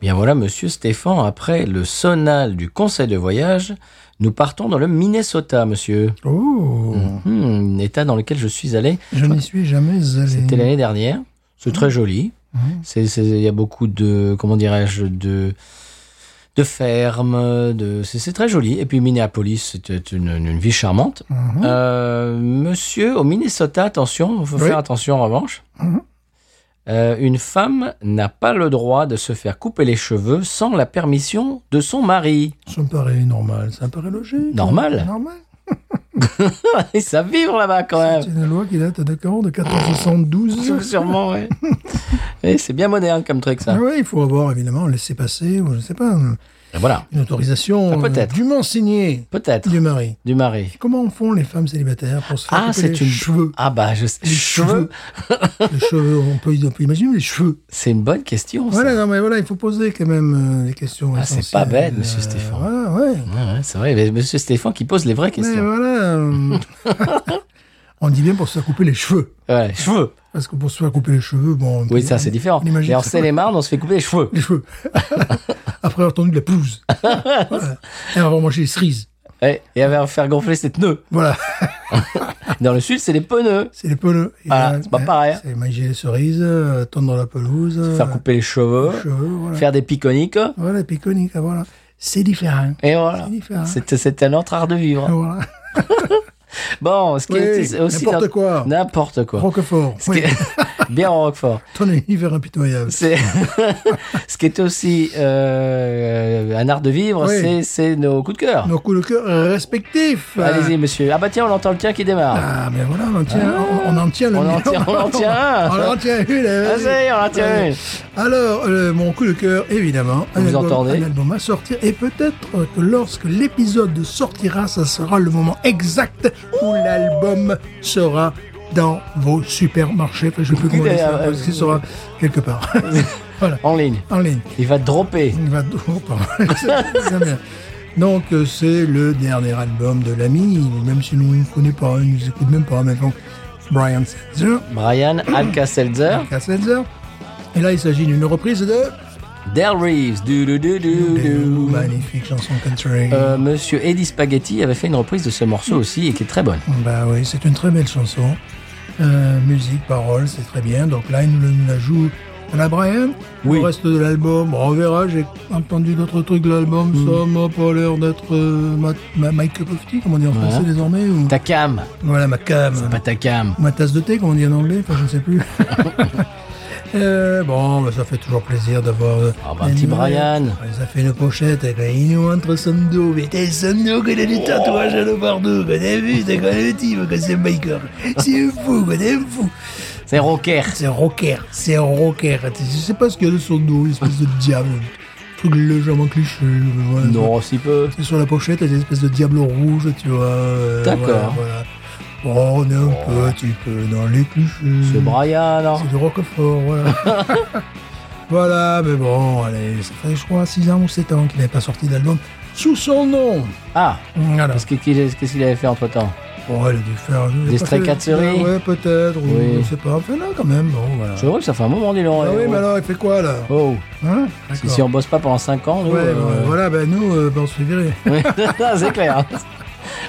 A: Bien voilà, monsieur Stéphane, après le sonal du conseil de voyage, nous partons dans le Minnesota, monsieur.
B: Oh,
A: Hmm, un état dans lequel je suis allé
B: je n'y suis jamais allé.
A: c'était l'année dernière. C'est
B: Ah.
A: très joli. C'est- c'est- Il y a beaucoup de, comment dirais-je, de, de fermes. De, c'est c'est très joli. Et puis Minneapolis, c'était une, une vie charmante.
B: Mhm.
A: Euh, monsieur, au Minnesota, attention, il faut
B: Oui.
A: faire attention en revanche.
B: Mhm.
A: Euh, une femme n'a pas le droit de se faire couper les cheveux sans la permission de son mari. *laughs*
B: Ça me paraît normal. Ça me paraît logique.
A: Normal.
B: Normal.
A: Et Ah, ça vivre là-bas quand même.
B: C'est une loi qui date de quand De
A: Ah,
B: 1472
A: *laughs* Sûrement,
B: *laughs*
A: ouais. Et c'est bien moderne comme truc ça.
B: Ah ouais, il faut avoir évidemment laissé passer, ou je ne sais pas,
A: Et voilà,
B: une autorisation
A: Ah, peut-être.
B: euh, dûment signée
A: peut-être
B: du mari.
A: du mari.
B: Comment font les femmes célibataires pour se faire
A: Ah,
B: couper
A: c'est
B: les
A: une
B: cheveux
A: Ah bah je sais.
B: Les cheveux. Les cheveux, on peut, on peut imaginer les cheveux.
A: C'est une bonne question. ça.
B: Voilà, non, mais voilà, il faut poser quand même euh, les questions.
A: Ah, c'est pas
B: essentielles. euh,
A: bête, monsieur Stéphane.
B: Voilà, ouais.
A: Ouais, ouais, c'est vrai. mais Monsieur Stéphane qui pose les vraies
B: Mais
A: questions.
B: voilà. euh, *laughs* on dit bien pour se faire couper les cheveux.
A: Ouais, cheveux.
B: Parce que pour se faire couper les cheveux, bon.
A: Oui, ça c'est différent.
B: On imagine
A: Mais en
B: ça.
A: Seine-et-Marne, on se fait couper les
B: *laughs*
A: cheveux.
B: Les cheveux. Après avoir tendu de
A: *laughs*
B: la pelouse. Voilà. Et avoir mangé les cerises.
A: Ouais, Et avait à faire gonfler ses pneus.
B: Voilà.
A: Dans le sud, c'est les pneus.
B: C'est les pneus. Et
A: Voilà,
B: là,
A: Ah, c'est pas
B: ouais,
A: pareil. hein.
B: C'est manger les cerises, euh, tendre la pelouse.
A: Se Faire
B: euh,
A: couper les cheveux.
B: les cheveux, voilà.
A: Faire des piconiques.
B: Voilà, piconique, voilà. C'est différent.
A: Et voilà.
B: C'est différent.
A: C'est c'est un autre art de vivre.
B: Voilà.
A: Bon, ce qui
B: Oui,
A: est c'est aussi
B: n'importe
A: dans-
B: quoi.
A: N'importe quoi.
B: Roquefort.
A: Ce qui
B: Oui.
A: est- *laughs* Bien en Roquefort.
B: Ton univers impitoyable.
A: C'est *laughs* ce qui est aussi euh, un art de vivre,
B: Oui.
A: c'est- c'est nos coups de cœur.
B: Nos coups de cœur respectifs.
A: Allez-y, monsieur. Ah bah tiens, on entend le tien qui démarre.
B: Ah, ben voilà, on en tient, on, on en tient le
A: On en
B: meilleur.
A: tient- on en tient un.
B: *laughs* On en tient une.
A: Ah,
B: allez,
A: ça y est, on en tient
B: Allez. Alors, euh, mon coup de cœur, évidemment, un
A: Vous
B: album,
A: entendez
B: un album à sortir. Et peut-être que lorsque l'épisode sortira, ça sera le moment exact où l'album sera dans vos supermarchés. Enfin, je ne sais plus comment on dit ça,
A: Euh,
B: parce qu'il sera quelque part. *laughs* voilà,
A: En ligne.
B: en ligne.
A: Il va dropper.
B: Il va- oh, pardon. *laughs* C'est- c'est bien. Donc euh, c'est le dernier album de l'ami, même si nous ne connaît pas, il nous écoute même pas, mais donc Brian Setzer,
A: Brian Alka-Seltzer.
B: Alka Setzer. Et là il s'agit d'une reprise de
A: Del Reeves. Du, du, du, du, du.
B: Magnifique chanson country.
A: Euh, Monsieur Eddie Spaghetti avait fait une reprise de ce morceau aussi et qui est très bonne.
B: Bah oui, c'est une très belle chanson. Euh, musique, paroles, c'est très bien. Donc là, il nous le- nous la joue à la Brian.
A: Oui.
B: Le reste de l'album, on verra. J'ai entendu d'autres trucs de l'album.
A: Mm.
B: Ça m'a pas l'air d'être euh, ma, ma, my cup of tea, comme on dit en français désormais. Ou...
A: Ta cam,
B: Voilà, ma cam.
A: pas ta cam.
B: Ma tasse de thé, comme on dit en anglais, enfin, je ne
A: *laughs*
B: sais plus. Euh, bon, bah, ça fait toujours plaisir d'avoir. euh,
A: Ah, bah,
B: des
A: petit
B: nouvelles.
A: Brian.
B: Il nous a fait une pochette avec la Inu entre Sando. Mais t'es Sando, qu'il a du tatouage à le partout. Quoi, t'as vu, t'as quoi le type, quoi, c'est Michael. C'est un fou, quoi, t'es un fou.
A: C'est rocker.
B: C'est rocker, c'est rocker. Je sais pas ce qu'il y a de son dos, une espèce de diable. Un truc légèrement cliché. mais voilà.
A: Non, si peu.
B: Et sur la pochette, il y a des espèces de diables rouges, tu vois. euh,
A: D'accord.
B: Voilà, voilà. Bon, on est un petit peu dans les clichés.
A: C'est Brian, hein. alors.
B: C'est du Roquefort,
A: *laughs*
B: voilà. voilà, mais bon, allez, ça fait, je crois, 6 ans ou 7 ans qu'il n'avait pas sorti d'album sous son nom.
A: Ah,
B: Voilà.
A: parce que qu'il- qu'est-ce qu'il avait fait entre temps
B: Bon, il a dû faire. je sais
A: Des
B: pas,
A: Stray
B: fait-
A: Cats séries
B: Ouais, peut-être, ou
A: Oui.
B: je sais pas. Enfin, là, quand même, bon, voilà.
A: C'est vrai que ça fait un moment, dis donc.
B: Ah oui, mais alors, il fait quoi, là
A: Oh,
B: Hein
A: si, si on bosse pas pendant 5 ans, nous.
B: Ouais,
A: euh,
B: bon, voilà, ben nous, euh, ben, on se fait virer.
A: *laughs* c'est clair.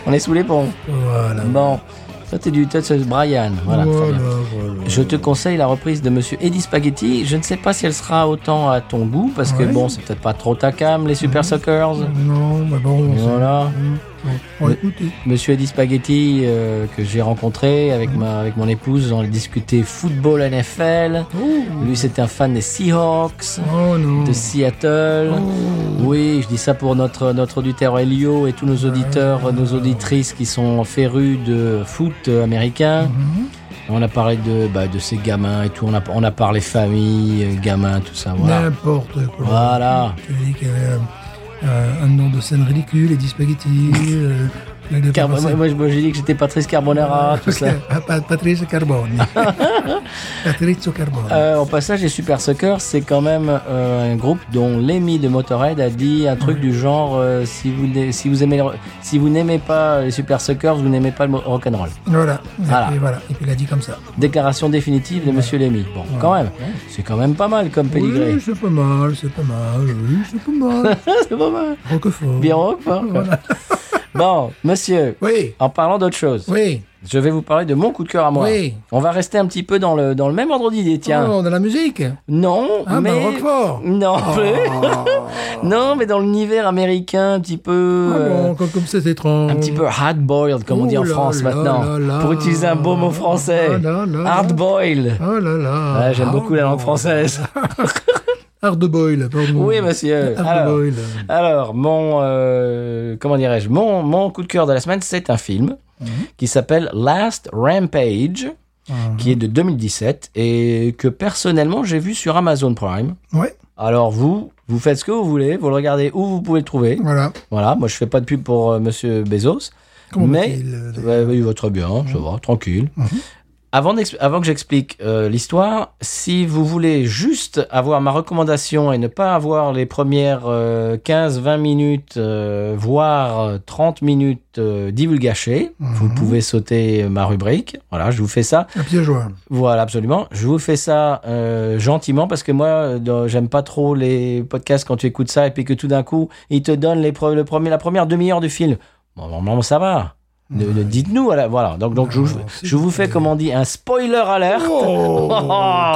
A: On est sous les ponts.
B: voilà.
A: Bon, ça t'es du tête Brian. Voilà, très bien.
B: bah. voilà.
A: Je te conseille la reprise de Monsieur Eddie Spaghetti. Je ne sais pas si elle sera autant à ton goût, parce que
B: Ouais.
A: bon, c'est peut-être pas trop ta cam, les Super Suckers.
B: Non, mais bon, on
A: Voilà.
B: on va écouter.
A: Monsieur Eddie Spaghetti, euh, que j'ai rencontré avec, ma, avec mon épouse, on discutait football NFL. Lui, c'était un fan des Seahawks,
B: Oh non.
A: de Seattle. Oui, je dis ça pour notre, notre auditeur Elio et tous nos auditeurs, nos auditrices qui sont férus de foot américain. On a parlé de, bah, de ces gamins et tout, on a, on a parlé famille, euh, gamins, tout ça. Voilà.
B: N'importe quoi.
A: Voilà.
B: Tu dis qu'il y avait euh, un nom de scène ridicule, et
A: *laughs*
B: des spaghettis. euh, blague de
A: Car-
B: Patrice-
A: moi, moi, j'ai dit que j'étais Patrice Carbonara, tout ça.
B: *laughs* Ah, pa- Patrice
A: *laughs*
B: Carboni. Patrizio Carboni.
A: Euh, au passage, les Super Suckers, c'est quand même euh, un groupe dont Lemmy de Motorhead a dit un truc du genre euh, si vous n'aimez si vous aimez le- si vous n'aimez pas les Super Suckers, vous n'aimez pas le mo- rock'n'roll.
B: Voilà.
A: voilà.
B: Et puis, voilà. Et puis il a dit comme ça.
A: Déclaration définitive de Monsieur Lemmy. Bon, quand même, c'est quand même pas mal comme pédigré.
B: Oui, c'est pas mal, c'est pas mal, oui, c'est pas mal.
A: *laughs* c'est pas mal.
B: Roquefort.
A: Bien rock, pas Bon, Monsieur,
B: Oui,
A: en parlant d'autre chose,
B: oui.
A: je vais vous parler de mon coup de cœur à moi.
B: Oui.
A: On va rester un petit peu dans le dans le même ordre d'idée, tiens.
B: Oh, de la musique.
A: Non,
B: Ah,
A: mais
B: bah, Roquefort. Oh.
A: non plus. non, mais *laughs* dans l'univers américain, un petit peu,
B: Ah
A: euh,
B: bon, comme comme c'est étrange.
A: un petit peu hard boiled, comme on dit en
B: Oh là
A: France
B: là
A: maintenant,
B: là là.
A: pour utiliser un beau mot français,
B: Ah là là là.
A: hard boiled.
B: Oh là là.
A: Ouais, Ah, J'aime beaucoup la langue française.
B: Ah. Hard boil, pardon.
A: oui, monsieur.
B: Hard
A: Alors,
B: boil.
A: alors, mon, euh, comment dirais-je, mon, mon coup de cœur de la semaine, c'est un film qui s'appelle Last Rampage,
B: Ah.
A: qui est de 2017 et que personnellement j'ai vu sur Amazon Prime.
B: Ouais,
A: Alors vous, vous faites ce que vous voulez, vous le regardez où vous pouvez le trouver.
B: voilà.
A: Voilà, moi je fais pas de pub pour euh, Monsieur Bezos,
B: Comment
A: mais
B: va-t-il, euh, d'ailleurs
A: Ouais, ouais, il va très bien, hein, ça va, tranquille. Avant, d'ex- avant que j'explique euh, l'histoire, si vous voulez juste avoir ma recommandation et ne pas avoir les premières 15-20 minutes, euh, voire euh, 30 minutes euh, divulgachées, vous pouvez sauter ma rubrique. Voilà, je vous fais ça.
B: Un piège joint.
A: Voilà, absolument. Je vous fais ça euh, gentiment parce que moi, euh, dans- j'aime pas trop les podcasts quand tu écoutes ça et puis que tout d'un coup, ils te donnent les pre- le premier, la première demi-heure du film. Bon, normalement, ça va. Ne- ne- Dites-nous, à la- voilà. Donc, donc je, vous-
B: Non, c'est
A: je vous fais,
B: vrai.
A: comme on dit, un spoiler alert.
B: Oh,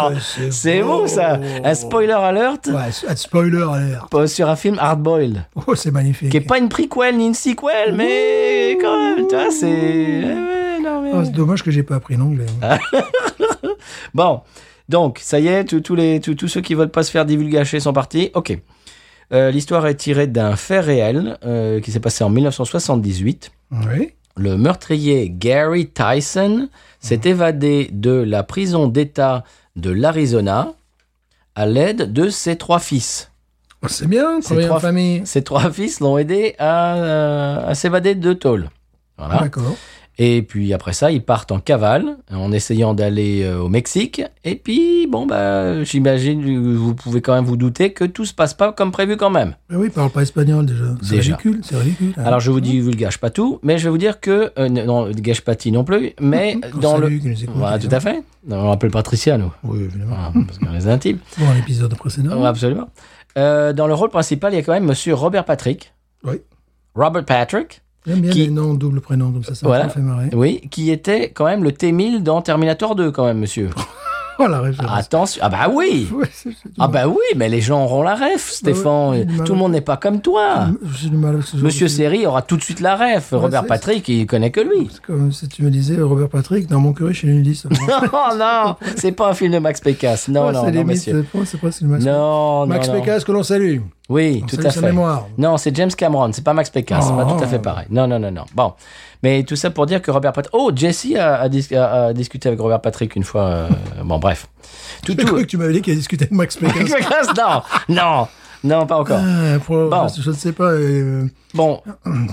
B: que c'est
A: C'est bon,
B: beau.
A: ça. Un spoiler alert
B: Ouais, s- un spoiler alert.
A: euh, sur un film hardboiled,
B: Oh, c'est magnifique.
A: qui est pas une prequel ni une sequel, mais quand même, tu vois, c'est. eh ouais, non, mais-
B: Oh, c'est dommage que j'ai pas appris l'anglais.
A: Ah. Bon, donc, ça y est, tous- tous les- tous tous ceux qui veulent pas se faire divulgacher sont partis. Ok. Euh, L'histoire est tirée d'un fait réel euh, qui s'est passé en 1978.
B: Oui.
A: Le meurtrier Gary Tyson s'est évadé de la prison d'État de l'Arizona à l'aide de ses trois fils.
B: Oh, c'est bien,
A: C'est
B: travailler
A: trois-
B: en famille.
A: Ses trois fils l'ont aidé à, euh, à s'évader de tôle. Voilà.
B: D'accord.
A: Et puis après ça, ils partent en cavale en essayant d'aller euh, au Mexique. Et puis, bon, bah, j'imagine, euh, vous pouvez quand même vous douter que tout se passe pas comme prévu quand même.
B: Mais oui, parle pas espagnol déjà. C'est
A: Déjà.
B: ridicule, c'est ridicule. hein.
A: Alors, je vous dis, vulgage pas tout, mais je vais vous dire que, euh, non, gâche pas tout non plus, mais
B: Ah, Qu'on
A: dans
B: salue,
A: le.
B: qui nous écoute,
A: Voilà, tout
B: d'ailleurs.
A: à fait. On l'appelle Patricia, nous.
B: Oui, évidemment.
A: Voilà, parce qu'on est intimes.
B: Bon, l'épisode précédent.
A: Ah. Ouais, absolument. Euh, dans le rôle principal, il y a quand même Monsieur Robert Patrick.
B: Oui.
A: Robert Patrick,
B: J'aime bien
A: qui-
B: les noms, double prénom, comme ça, ça
A: Voilà.
B: me fait marrer.
A: oui, qui était quand même le T-1000 dans Terminator 2, quand même, monsieur.
B: Oh, la référence.
A: Attention. Ah bah oui
B: Ouais, c'est- c'est du
A: Ah
B: mal.
A: bah oui, mais les gens auront la ref,
B: ouais,
A: Stéphane.
B: bah
A: Tout le
B: ouais.
A: monde n'est pas comme toi.
B: J'ai du mal avec ce genre
A: Monsieur
B: de-
A: Seri aura tout de suite la ref. Robert
B: Bah c'est-
A: Patrick, il connaît que
B: *laughs*
A: lui.
B: C'est comme euh, si tu me disais Robert Patrick dans mon curry
A: *laughs*
B: chez Lully. ça.
A: oh non C'est pas un film de Max Pécasse. Non,
B: Ouais,
A: non,
B: Oh, c'est
A: non,
B: limite,
A: monsieur.
B: c'est pas- C'est presque le Max
A: Non,
B: Max
A: non, non.
B: Pécasse que l'on salue.
A: Oui,
B: On
A: tout
B: salue
A: à
B: sa
A: fait.
B: mémoire.
A: Non, c'est James Cameron, c'est pas Max Pékin, c'est pas
B: hein. Oh.
A: tout à fait pareil. Non, non, non, non. Bon, mais tout ça pour dire que Robert Patrick. Oh, Jesse a, a dis- a- a discuté avec Robert Patrick une fois. euh, bon, bref. Tout,
B: *laughs* J'ai cru
A: *laughs* tout.
B: que tu m'avais dit qu'il a discuté
A: *laughs*
B: avec Max
A: Max
B: Pécasse.
A: Pécasse, non, non, non, pas encore.
B: Ah, pour-
A: Bon.
B: Je je ne sais pas, euh, *clears throat*
A: Bon,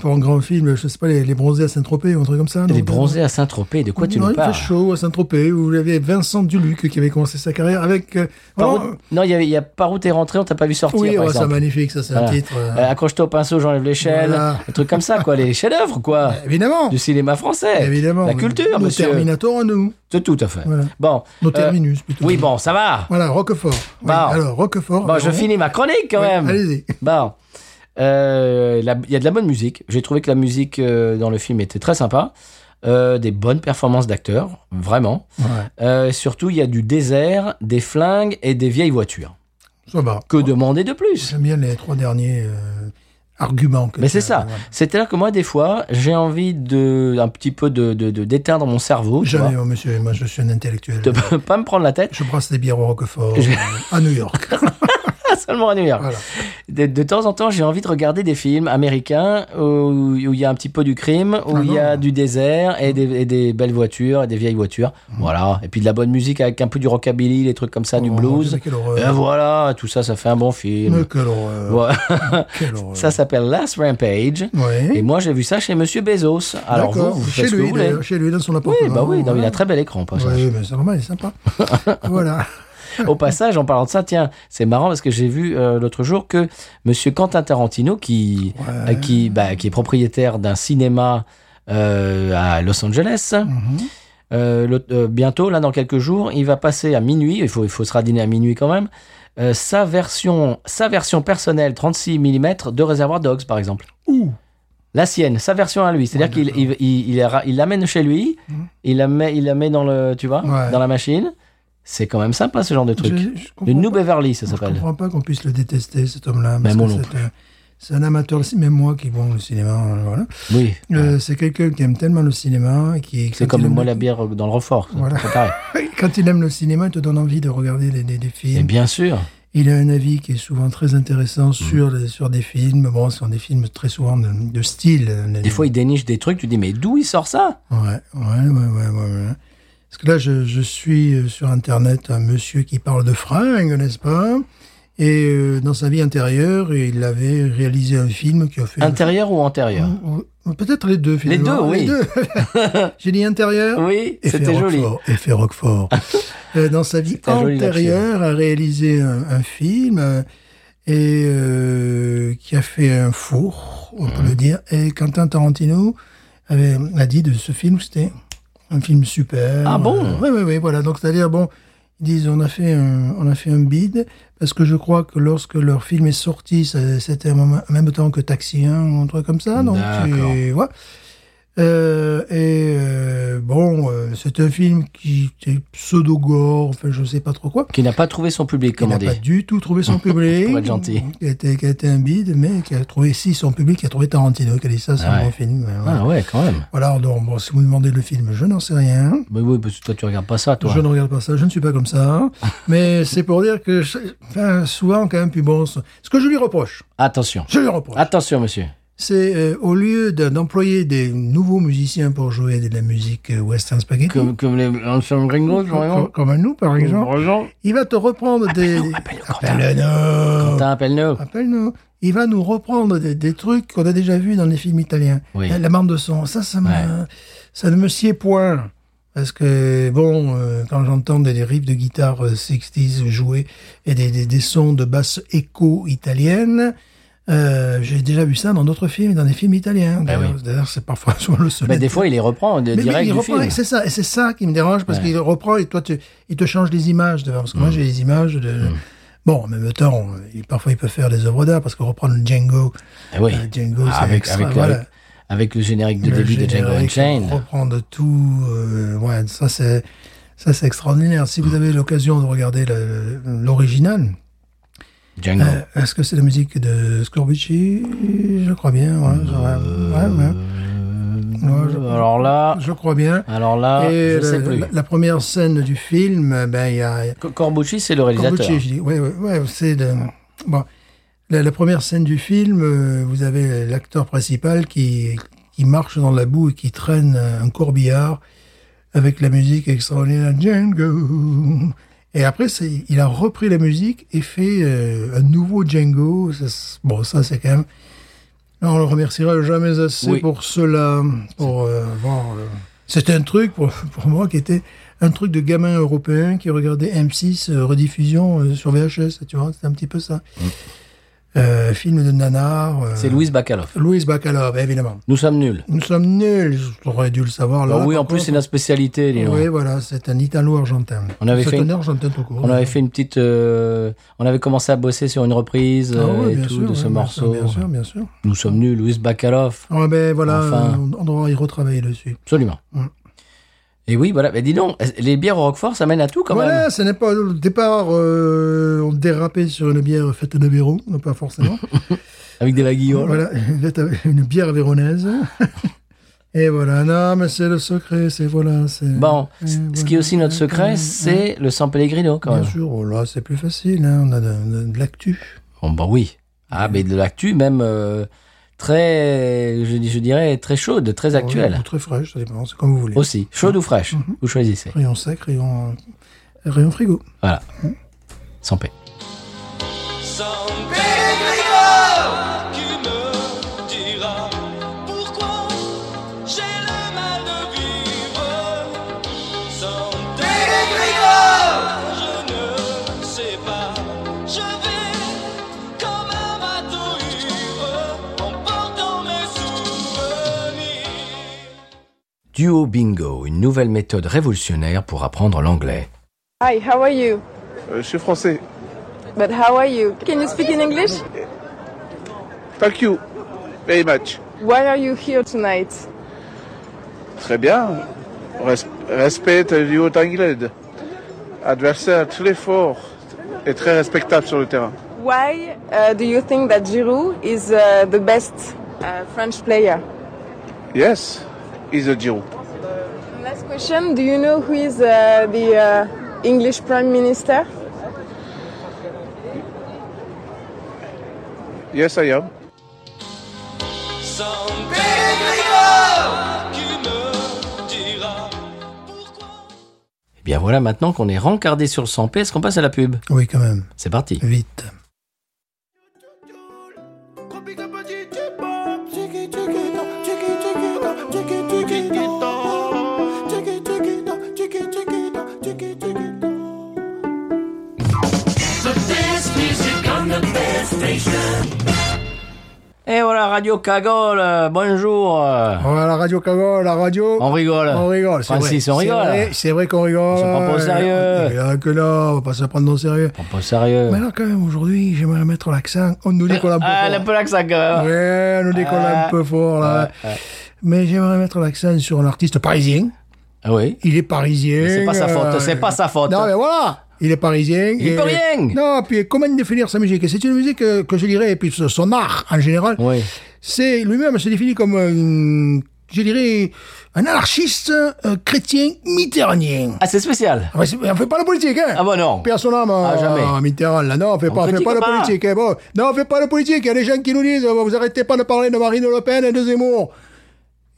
B: pour un grand film, je sais pas, les, les bronzés à Saint-Tropez ou un truc comme ça. non
A: les bronzés à Saint-Tropez, de quoi tu
B: non,
A: nous
B: il
A: parles
B: fait chaud à Saint-Tropez. où Vous avez Vincent Duluc qui avait commencé sa carrière avec. euh,
A: Par
B: vraiment-
A: où- Non, il y a, il y a par où t'es rentré, on t'a pas vu sortir.
B: oui,
A: par
B: ouais, c'est
A: exemple.
B: magnifique, ça, c'est
A: Voilà.
B: un titre. euh,
A: Euh, Accroche-toi au pinceau, j'enlève l'échelle.
B: Voilà.
A: Un truc comme ça, quoi. Les chefs-d'œuvre,
B: *laughs*
A: quoi.
B: évidemment,
A: Euh, Du cinéma français.
B: évidemment.
A: La culture,
B: Nos
A: monsieur.
B: Terminator à nous.
A: C'est Tout à fait.
B: Voilà.
A: Bon.
B: Nos
A: euh,
B: terminus, plutôt.
A: Oui, bon, ça va.
B: Voilà, Roquefort. Oui,
A: Bon.
B: Alors, Roquefort.
A: Bon, je
B: alors,
A: finis ma chronique quand
B: oui,
A: même.
B: Allez-y.
A: Bon. Euh, la- Il y a de la bonne musique. J'ai trouvé que la musique euh, dans le film était très sympa. Euh, des bonnes performances d'acteurs, vraiment.
B: Ouais,
A: Euh, surtout, il y a du désert, des flingues et des vieilles voitures.
B: ça va.
A: Que demander de plus
B: J'aime bien les trois derniers euh, arguments. Que
A: Mais
B: tu
A: c'est
B: as,
A: ça.
B: voilà.
A: C'est-à-dire que moi, des fois, j'ai envie de un petit peu de de- de- d'éteindre mon cerveau. tu
B: Jamais, oh, monsieur, moi je suis un intellectuel.
A: vois, de *laughs* pas me prendre la tête,
B: Je brasse des bières au Roquefort euh, à New
A: *laughs*
B: York.
A: pas ah, seulement à New York.
B: Voilà.
A: De, de temps en temps, j'ai envie de regarder des films américains où où il y a un petit peu du crime, où
B: Ah
A: il y a
B: non.
A: du désert et des, et des belles voitures et des vieilles voitures. Voilà. Et puis de la bonne musique avec un peu du rockabilly, des trucs comme ça, du
B: Mm. Oh,
A: blues. Euh,
B: mais Quelle
A: Et
B: horreur.
A: voilà, tout ça, ça fait un bon
B: Mais
A: film.
B: quelle horreur.
A: *laughs* Voilà.
B: Quelle horreur.
A: Ça s'appelle Last Rampage.
B: Ouais.
A: Et moi, j'ai vu ça chez Monsieur Bezos. Alors, vous,
B: D'accord.
A: vous
B: Chez
A: faites ce que
B: lui,
A: vous voulez.
B: d'ailleurs, chez lui, dans son
A: Oui,
B: appartement.
A: bah oui, non, il
B: voilà.
A: a très bel écran. au passage.
B: Oui, mais c'est normal, il
A: *laughs*
B: est sympa. voilà.
A: Au passage, en parlant de ça, tiens, c'est marrant parce que j'ai vu euh, l'autre jour que Monsieur Quentin Tarantino, qui
B: Ouais.
A: euh, qui bah, qui est propriétaire d'un cinéma euh, à Los Angeles,
B: Mhm.
A: euh, le- euh, bientôt là dans quelques jours, il va passer à minuit. Il faut il faut se radiner à minuit quand même. euh, sa version sa version personnelle 36 mm de Reservoir Dogs par exemple.
B: Ouh.
A: La sienne, sa version à lui, c'est-à-dire
B: Ouais, Mmh.
A: qu'il il, il, il la ra- il l'amène chez lui, il la met il la met dans le tu vois
B: Ouais.
A: dans la machine. C'est quand même sympa ce genre de truc.
B: Je- je
A: Le
B: comprends
A: New
B: pas.
A: Beverly, ça
B: Je
A: s'appelle.
B: comprends pas qu'on puisse le détester, cet homme-là.
A: Ben,
B: parce
A: moi
B: que
A: non
B: c'est un- C'est un amateur, de cin- même moi qui bon le cinéma, euh, voilà.
A: Oui.
B: Euh, c'est quelqu'un qui aime tellement le cinéma et qui.
A: c'est
B: quand
A: comme
B: il aime
A: moi
B: le-
A: la bière dans le refort. c'est
B: Voilà.
A: pas pareil.
B: *laughs* Quand il aime le cinéma, il te donne envie de regarder des, des- des
A: Et
B: films.
A: bien sûr.
B: Il a un avis qui est souvent très intéressant
A: Mm.
B: sur, les- sur des films. Bon, ce sont des films très souvent de, de style. euh,
A: Des fois, il déniche des trucs, tu dis, mais d'où il sort ça
B: Ouais, ouais, ouais, ouais, ouais, ouais. Parce que là, je, je suis euh, sur Internet un monsieur qui parle de fringues, n'est-ce pas Et euh, dans sa vie intérieure, il avait réalisé un film qui a fait...
A: Intérieur ou antérieur
B: Ou- ou- Peut-être les deux, finalement.
A: deux, oui. *laughs*
B: deux. J'ai dit intérieur
A: Oui,
B: et fait
A: c'était joli.
B: Roquefort, et fait
A: *laughs*
B: Roquefort. Euh, dans sa vie
A: C'était un joli
B: antérieure, a réalisé un, un film euh, et euh, qui a fait un four, on peut le dire. Et Quentin Tarantino avait, a dit de ce film que c'était un film super. Euh,
A: Ah bon
B: Oui, oui, oui, voilà. Donc, c'est-à-dire, bon, ils disent, on a fait un, on a fait un bid, parce que je crois que lorsque leur film est sorti, ça- c'était en même- en même temps que Taxi 1 ou un truc comme ça. Donc,
A: D'accord.
B: tu vois. Euh, et euh, bon, euh, c'est un film qui est pseudo-gore, enfin, je sais pas trop quoi.
A: Qui n'a pas trouvé son public,
B: Il
A: comment
B: n'a
A: dire
B: pas du tout
A: *laughs*
B: trouvé son public.
A: Pour être gentil.
B: Qui a, été, qui a été un bide, mais qui a trouvé, si, son public, qui a trouvé Tarantino, qui a dit ça, c'est
A: Ah
B: un
A: ouais.
B: bon film. Voilà.
A: Ah ouais, quand même.
B: Voilà, donc, bon, si vous me demandez le film, je n'en sais rien.
A: Mais oui, parce que toi, tu regardes pas ça, toi.
B: Je ne regarde pas ça, je ne suis pas
A: *laughs*
B: comme ça. hein. Mais c'est pour dire que, je- enfin, souvent, quand même, puis bon, ce ce que je lui reproche,
A: Attention.
B: je lui reproche,
A: Attention, monsieur.
B: c'est euh, au lieu de- d'employer des nouveaux musiciens pour jouer de la musique euh, western spaghetti,
A: Comme, comme les l'ancien Gringo, par
B: comme,
A: exemple.
B: comme nous, par exemple, il va te reprendre des... Appelle-nous
A: Quentin, appelle-nous.
B: Ah, Rappelle-nous, il va nous reprendre des, des trucs qu'on a déjà vus dans les films italiens.
A: Oui.
B: La, la bande de son, ça, ça m'a,
A: Ouais.
B: ça ne me sied point. Parce que, bon, euh, quand j'entends des, des riffs de guitare euh, 60s jouer et des, des, des sons de basse écho italienne, euh, j'ai déjà vu ça dans d'autres films, dans des films italiens. D'ailleurs, D'ailleurs, c'est parfois *laughs* souvent le seul.
A: Ah Bah, des fois, il les reprend de-
B: mais, mais
A: direct
B: il
A: du
B: reprend,
A: film.
B: et c'est ça, et c'est ça qui me dérange parce
A: Ouais. Mm.
B: qu'il reprend et toi, tu, il te change les images devant. Parce que moi, j'ai les images de. Bon, en même temps, on- il- parfois, il peut faire des œuvres d'art parce que reprendre Django,
A: Eh oui.
B: euh, Django,
A: Ah,
B: c'est
A: avec,
B: extra,
A: avec,
B: voilà.
A: avec- avec le générique de
B: Le
A: début de Django
B: générique,
A: Unchained.
B: Reprendre tout, euh, ouais, ça c'est ça c'est extraordinaire. Si
A: Mm.
B: vous avez l'occasion de regarder le- l'original,
A: Django.
B: euh, est-ce que c'est la musique de Scorbucci Je crois bien, ouais,
A: Euh,
B: ouais, ouais, ouais. ouais, je-
A: alors là,
B: je crois bien.
A: alors là, Ah, je
B: Et la,
A: sais plus.
B: la- la première scène du film, euh, ben il y a
A: Co- Corbucci, c'est le réalisateur.
B: Corbucci, je dis. Ouais, ouais, ouais, c'est le- bon. La, la première scène du film, euh, vous avez l'acteur principal qui, qui marche dans la boue et qui traîne un courbillard avec la musique extraordinaire Django. Et après, c'est, il a repris la musique et fait euh, un nouveau Django. Ça, c'est- bon, ça c'est quand même. On le remerciera jamais assez
A: Oui.
B: pour cela. Pour euh, bon, euh, c'était un truc pour, pour moi qui était un truc de gamin européen qui regardait M6 euh, rediffusion euh, sur VHS. Tu vois, c'était un petit peu ça. Euh, film de nanar. euh,
A: Mm. C'est Louise Bacalov.
B: Louise Bacalov, évidemment.
A: Nous sommes nuls.
B: Nous sommes nuls. J'aurais dû le savoir là.
A: Alors Bah oui,
B: par
A: en plus,
B: contre.
A: c'est notre spécialité. dis donc.
B: Oui, voilà, c'est un italo-argentin.
A: On avait
B: C'est
A: fait
B: un
A: une-
B: argentin tout court.
A: On avait fait une petite. euh, on avait commencé à bosser sur une reprise
B: Ah
A: euh,
B: ouais,
A: et
B: bien
A: tout
B: sûr,
A: de
B: ouais,
A: ce
B: bien sûr,
A: morceau.
B: Bien sûr, bien sûr.
A: Nous sommes nuls, Louise Bacalov.
B: Ah ben voilà,
A: Enfin.
B: on, on devra y retravailler dessus.
A: Absolument.
B: Mm.
A: Et oui, voilà. Mais dis donc, les bières au Roquefort, ça mène à tout quand
B: voilà,
A: même.
B: ce n'est pas au départ, euh, on dérapait sur une bière faite de Véro, non pas forcément.
A: Avec des laguillots.
B: voilà, une
A: *laughs*
B: bière véronaise. Et voilà, non, mais c'est le secret, c'est voilà. c'est-
A: Bon,
B: Et
A: c- ce
B: voilà.
A: qui est aussi notre secret, c'est le San Pellegrino quand
B: Bien
A: même.
B: sûr, oh là, c'est plus facile, hein, on a de, de- de l'actu.
A: Bon, bah oui. Ah, mais de l'actu, même euh, très, je, dis- je dirais, très chaude, très actuelle.
B: Ouais, ou très fraîche, ça dépend, c'est comme vous voulez.
A: Aussi. Chaude ou fraîche
B: Mhm.
A: Vous choisissez.
B: Rayon sec, rayon, rayon frigo.
A: Voilà. Sans paix.
C: San Pellegrino qui me dira pourquoi j'ai le mal de vivre. San Pellegrino, je ne sais pas, je vais comme un bateau ivre en portant mes souvenirs.
A: Duo Bingo, une nouvelle méthode révolutionnaire pour apprendre l'anglais.
D: Hi, how are you?
E: Euh, je suis français.
D: But how are you? Can you speak in English?
E: Thank you very much.
D: Why are you here tonight?
E: Très bien. Res- respecte du haut England. Adversaire très fort et très respectable sur le terrain.
D: Why uh, do you think that Giroud is uh, the best uh, French player?
E: Yes, is a Giroud.
D: Last question, do you know who is uh, the uh, English Prime Minister?
E: Yes, I am.
C: San Pellegrino qui me dira pourquoi.
A: Eh bien voilà, maintenant qu'on est rencardé sur le sans paix, est-ce qu'on passe à la pub
B: Oui, quand même,
A: C'est parti.
B: vite. Eh,
A: Et Eh, voilà, Radio Cagole, euh, bonjour. euh,
B: Oh, la radio Cagole, la radio.
A: On rigole.
B: On rigole, c'est
A: Francis,
B: vrai.
A: on
B: C'est
A: rigole.
B: vrai, C'est vrai, qu'on rigole.
A: se prend pas au sérieux.
B: Il y a que là, on va pas se prendre au sérieux.
A: On pas au sérieux.
B: Mais là, quand même, aujourd'hui, j'aimerais mettre l'accent. On nous dit qu'on l'a un peu
A: Ah, elle est un
B: fort.
A: peu là que ça, quand même.
B: Ouais, on nous dit qu'on l'a un peu fort, là. Mais j'aimerais mettre l'accent sur un artiste parisien.
A: Ah oui.
B: Il est parisien.
A: C'est pas sa faute,
B: euh,
A: c'est pas sa faute.
B: Non, mais voilà Il est parisien.
A: Il
B: et-
A: peut rien.
B: Non, puis comment définir sa musique C'est une musique euh, que je dirais, et puis son art, en général.
A: Oui.
B: C'est lui-même se définit comme un, je dirais, un anarchiste euh, chrétien mitterrandien.
A: Ah, c'est spécial.
B: Ah, mais c'est- On fait pas la politique, hein
A: Ah bon, non.
B: Personne âme,
A: Ah,
B: euh,
A: jamais.
B: Mitterrand, là, non, on fait
A: On
B: pas, on fait
A: critique
B: pas la
A: pas.
B: politique, hein, bon. Non, on fait pas la politique, il y a des gens qui nous disent, euh, vous arrêtez pas de parler de Marine Le Pen et de Zemmour.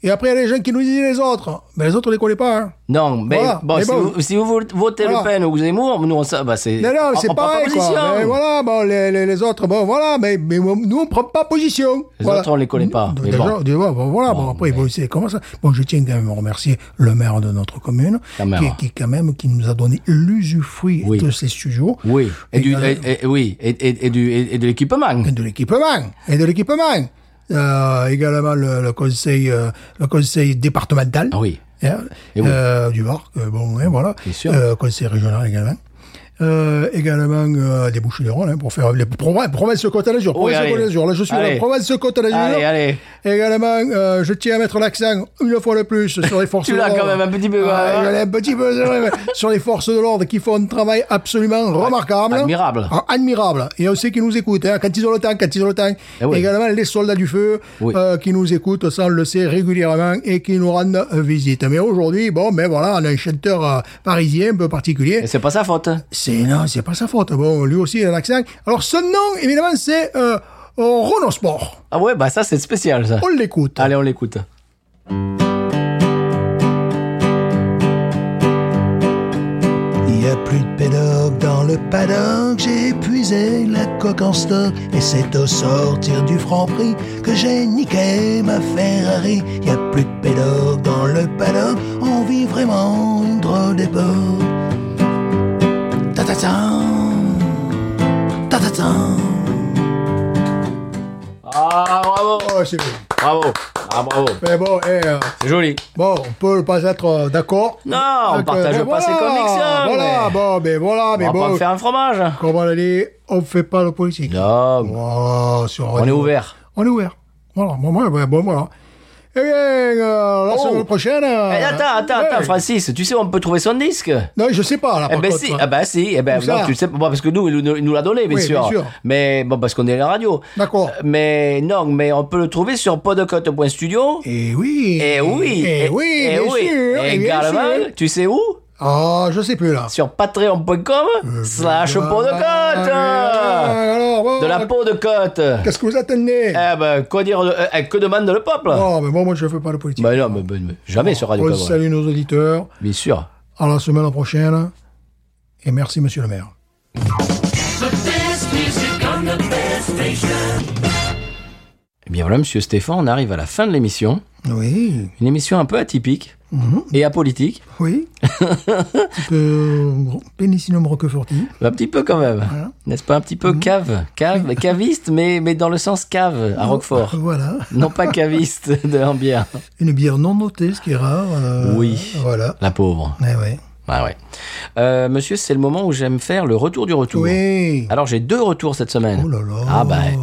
B: Et après, il y a les gens qui nous disent les autres. Mais les autres, on les connaît pas. hein.
A: Non, mais,
B: Voilà,
A: bon,
B: mais
A: si,
B: bon.
A: Vous, si vous votez
B: Voilà.
A: Le Pen ou Zemmour, nous on sait, bah c'est.
B: Non, non,
A: on-
B: c'est
A: on prend
B: pareil, quoi.
A: position.
B: Mais voilà, bon, les, les- les autres, bon, voilà, mais, mais nous, on prend pas position.
A: Les
B: Voilà.
A: autres, on les connaît pas.
B: Donc,
A: mais
B: déjà,
A: bon.
B: on dit, bon, bon, voilà, bon, après, bon, c'est comment ça Bon, je tiens quand même à remercier le maire de notre commune,
A: Quand même.
B: qui, qui, quand même, qui nous a donné l'usufruit
A: Oui.
B: de ces studios.
A: Oui, et, du,
B: euh,
A: et, et- oui, et, et, et du, et, et de l'équipement.
B: et de l'équipement, et de l'équipement. Euh, également le, le conseil, euh, le conseil départemental.
A: Ah oui.
B: Hein,
A: Et oui.
B: euh, du Var, euh, bon, hein, voilà.
A: Bien sûr.
B: Euh, conseil régional également. Euh, également euh, des bouches du Rhône hein, pour faire les provinces, provinces Côte d'Azur.
A: Oui,
B: Provinces
A: allez.
B: Côte d'Azur. Là, je suis à la
A: Allez.
B: province Côte d'Azur.
A: Allez, allez.
B: Également, euh, je tiens à mettre l'accent une fois de plus
A: *laughs*
B: sur les forces
A: Tu
B: de
A: l'as
B: l'ordre.
A: quand même un petit peu,
B: Ah,
A: hein.
B: je l'ai un petit peu, c'est vrai, mais sur les forces de l'ordre qui font un travail absolument remarquable.
A: admirable.
B: Ah, admirable. Et on sait qu'ils nous écoutent, hein, quand ils ont le temps, quand ils ont le temps.
A: Eh oui.
B: Également, les soldats du feu
A: Oui.
B: euh, qui nous écoutent, ça on le sait régulièrement, et qui nous rendent euh, visite. Mais aujourd'hui, bon, mais voilà, on a un chanteur euh, parisien un peu particulier.
A: Et c'est pas sa faute. hein.
B: C'est non, c'est pas sa faute. Bon, lui aussi, il a un accent. Alors, son nom, évidemment, c'est euh, Renaud Sport.
A: Ah ouais, bah ça c'est spécial ça.
B: On l'écoute.
A: Allez, on l'écoute.
B: Il n'y a plus de pédogue dans le paddock, j'ai épuisé la coque en stock. Et c'est au sortir du franc prix que j'ai niqué ma Ferrari. Il n'y a plus de pédogue dans le paddock, on vit vraiment une drôle d'époque. ta ta ta ta
A: Ah bravo,
B: Oh, c'est bien.
A: bravo, ah bravo.
B: Mais bon, eh, euh,
A: C'est joli.
B: bon, on peut pas être euh, d'accord.
A: Non, on
B: Donc, euh,
A: partage
B: mais
A: pas ses
B: voilà,
A: convictions.
B: Voilà,
A: mais
B: bon, mais voilà, mais
A: on va pas
B: bon.
A: me faire un fromage. hein.
B: Comment on dit, on fait pas le politique.
A: Non,
B: Oh, sur
A: on est ouvert.
B: On est ouvert. Voilà, bon, bon, bon, bon, voilà. Eh bien, euh, la
A: Oh.
B: semaine prochaine. euh,
A: Eh, attends, attends,
B: ouais.
A: attends, Francis, tu sais où on peut trouver son disque
B: Non, je sais pas, là,
A: Eh
B: par
A: ben
B: contre.
A: si,
B: là.
A: ah ben si, eh ben
B: Où
A: non,
B: ça
A: tu le sais, bon, parce que nous, il nous, il nous l'a donné, bien,
B: Oui, bien
A: sûr.
B: sûr.
A: Mais bon, parce qu'on est à la radio.
B: D'accord.
A: Euh, Mais non, mais on peut le trouver sur podcote.studio.
B: Eh oui.
A: Eh oui.
B: Eh oui,
A: eh
B: bien
A: oui.
B: sûr.
A: Et
B: eh bien
A: également,
B: sûr.
A: tu sais où
B: Ah, je sais plus, là.
A: Sur
B: Euh,
A: patreon.com slash podcote.
B: Ah, alors, bon,
A: De la peau de cote.
B: Qu'est-ce que vous attendez
A: Eh ben, quoi dire, de- euh, euh, que demande le peuple
B: Oh, mais bon, moi, je fais pas le politique.
A: Ben non, mais, ben, mais jamais sur Radio
B: On
A: Cabra.
B: salue nos auditeurs.
A: Bien sûr.
B: À la semaine prochaine. Et merci, monsieur le maire.
A: Eh bien voilà, monsieur Stéphane, on arrive à la fin de l'émission.
B: Oui.
A: Une émission un peu atypique
B: Mhm.
A: et apolitique. *laughs*
B: Oui. Un peu pénicillium roqueforti.
A: Un petit peu quand même. N'est-ce pas Un petit
B: Mhm.
A: peu cave. Cave, caviste, mais, mais dans le sens cave à Roquefort.
B: Voilà.
A: Non pas caviste *laughs* de Ambière.
B: Une bière non notée, ce qui est rare. euh,
A: Oui.
B: Voilà.
A: La pauvre.
B: Eh ouais.
A: Ouais, ouais. Euh, monsieur, c'est le moment où j'aime faire le retour du retour.
B: Oui.
A: Alors j'ai deux retours cette semaine.
B: Oh là là.
A: Ah ben,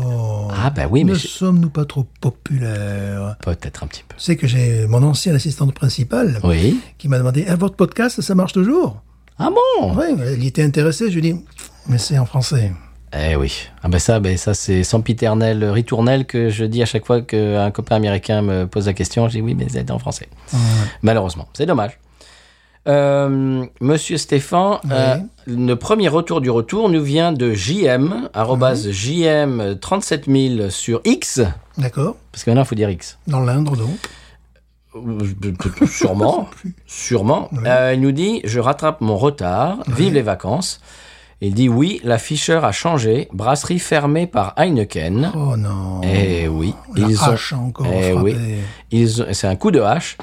A: ah ben oui, mais
B: ne
A: j'ai-
B: sommes-nous pas trop populaires
A: peut-être un petit peu.
B: C'est que j'ai mon ancienne assistante principale
A: Oui.
B: qui m'a demandé Ah, votre podcast, ça marche toujours
A: Ah bon
B: Oui, elle était intéressée. Je lui ai dit Mais c'est en français.
A: Eh oui. Ah ben ça, ben ça c'est sempiternel, ritournel que je dis à chaque fois qu'un copain américain me pose la question. Je dis oui, mais c'est en français.
B: Ah
A: Malheureusement, c'est dommage. Euh, Monsieur Stéphane, euh, le premier retour du retour nous vient de JM, arrobase JM 37000 sur X,
B: D'accord
A: parce que maintenant il faut dire X.
B: Dans l'Indre, donc.
A: Euh,
B: *laughs*
A: Sûrement, sûrement. Euh, il nous dit, je rattrape mon retard, vive les vacances. Il dit, oui, l'afficheur a changé, brasserie fermée par Heineken.
B: Oh non.
A: Eh oui,
B: La
A: ils ont,
B: hache a encore
A: Eh
B: frappé.
A: oui. ils ont- c'est un coup de hache.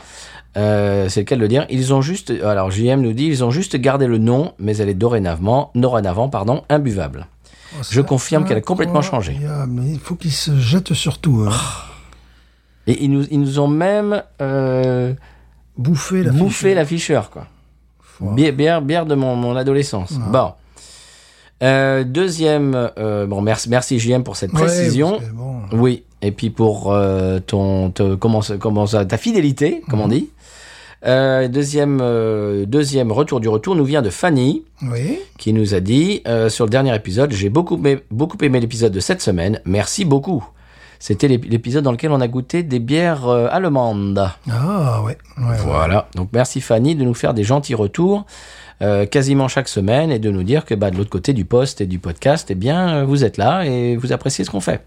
A: Euh, c'est le cas de le dire. Ils ont juste, alors JM nous dit, ils ont juste gardé le nom, mais elle est dorénavant, dorénavant, pardon, imbuvable.
B: Oh,
A: Je
B: ça,
A: confirme qu'elle a complètement changé.
B: incroyable. Il faut qu'ils se jettent sur tout. hein.
A: Et ils nous, ils nous ont même euh,
B: Bouffer la
A: bouffé
B: fiche.
A: l'afficheur, quoi.
B: Wow.
A: Bière, bière, bière de mon, mon adolescence.
B: Ah.
A: Bon. Euh, deuxième, euh, bon, merci, merci JM pour cette
B: Ouais,
A: précision.
B: parce que bon.
A: Oui, et puis pour euh, ton, te- comment, ça- comment ça- ta fidélité, comme on
B: Mhm.
A: dit. Euh, deuxième, euh, deuxième retour du retour nous vient de Fanny,
B: Oui.
A: qui nous a dit euh, sur le dernier épisode, j'ai beaucoup, aimé- beaucoup aimé l'épisode de cette semaine, merci beaucoup. C'était l'ép- l'épisode dans lequel on a goûté des bières euh, allemandes.
B: Ah ouais. ouais, ouais.
A: Voilà. Donc merci Fanny de nous faire des gentils retours euh, quasiment chaque semaine et de nous dire que bah, de l'autre côté du poste et du podcast, eh bien euh, vous êtes là et vous appréciez ce qu'on fait.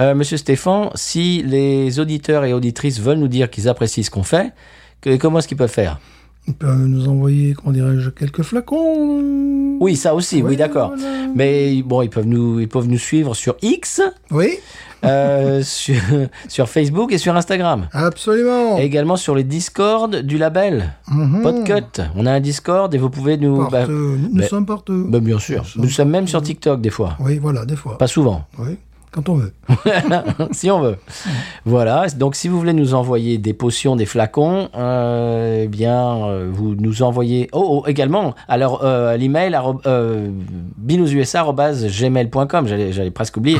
A: Euh, Monsieur Stéphane, si les auditeurs et auditrices veulent nous dire qu'ils apprécient ce qu'on fait, que- comment est-ce qu'ils peuvent faire
B: Ils peuvent nous envoyer, comment dirais-je, quelques flacons.
A: Oui, ça aussi, oui,
B: Ouais,
A: d'accord.
B: voilà.
A: Mais bon, ils peuvent nous, ils peuvent nous suivre sur X,
B: Oui,
A: euh, *laughs* sur, sur Facebook et sur Instagram.
B: absolument.
A: Et également sur les Discord du label
B: Mhm.
A: Podcut. On a un Discord et vous pouvez nous.
B: Partout.
A: bah,
B: nous
A: mais-
B: sommes partout.
A: bah, bien sûr. Mmh. Nous sommes même sur TikTok des fois.
B: Oui, voilà, des fois.
A: Pas souvent, *laughs* hein,
B: Oui, quand on veut.
A: si on veut. Voilà. Donc, si vous voulez nous envoyer des potions, des flacons, euh, eh bien, euh, vous nous envoyez. Oh, oh, également. Alors, euh, à l'email arro- euh, binoususa@gmail.com. J'allais, j'allais presque *laughs* oublier.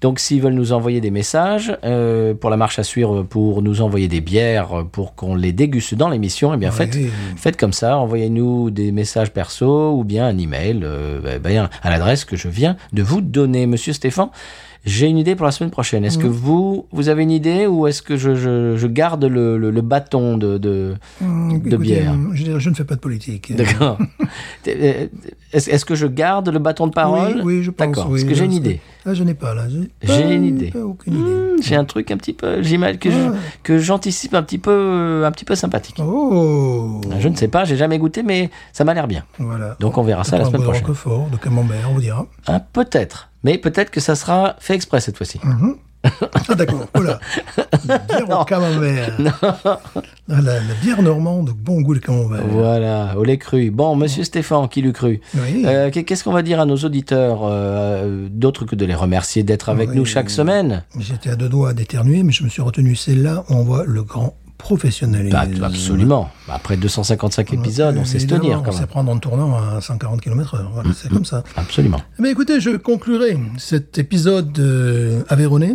A: Donc, s'ils veulent nous envoyer des messages euh, pour la marche à suivre, pour nous envoyer des bières, pour qu'on les déguste dans l'émission, eh bien, faites,
B: Oui.
A: faites comme ça. Envoyez-nous des messages perso ou bien un email euh, eh ben, à l'adresse que je viens de vous donner, Monsieur Stéphane. J'ai une idée pour la semaine prochaine. Est-ce que
B: Mhm.
A: vous, vous avez une idée ou est-ce que je, je, je garde le, le, le bâton de... de...
B: Hum,
A: de bière.
B: Je, je ne fais pas de politique. *laughs*
A: D'accord. Euh, est-ce est-ce que je garde le bâton de parole
B: Oui, oui, je pense.
A: D'accord,
B: oui,
A: parce que j'ai une
B: je-
A: idée.
B: Là, je n'ai pas, là.
A: J'ai
B: pas-
A: une idée. Hum.
B: pas aucune idée.
A: J'ai un truc un petit peu, j'imagine que je-
B: Ouais.
A: que j'anticipe un petit peu, euh, un petit peu sympathique.
B: Oh
A: Je ne sais pas, j'ai jamais goûté, mais ça m'a l'air bien.
B: Voilà.
A: Ah, Donc on verra ça la
B: prend un
A: semaine
B: peu
A: prochaine.
B: De Roquefort, de camembert, on vous dira.
A: Ah, peut-être, mais peut-être que ça sera fait exprès cette fois-ci.
B: Ah
A: *laughs*
B: d'accord, voilà. La bière au camembert. La, la- la bière normande, au bon goût de camembert.
A: Voilà, au lait cru. Bon, Monsieur Stéphane, qui l'eût cru
B: Oui.
A: Euh, qu'est- Qu'est-ce qu'on va dire à nos auditeurs, euh, d'autre que de les remercier d'être avec
B: Oui.
A: nous chaque semaine
B: J'étais à deux doigts d'éternuer, mais je me suis retenu. Celle-là, on voit le grand professionnalisme.
A: Bah, Absolument. Après 255 épisodes, on sait se
B: Évidemment,
A: tenir
B: on
A: quand
B: sait
A: même.
B: prendre en tournant à 140 km/h. Voilà, c'est comme ça.
A: Absolument.
B: Mais écoutez, je conclurai cet épisode euh, *laughs* Aveyronais.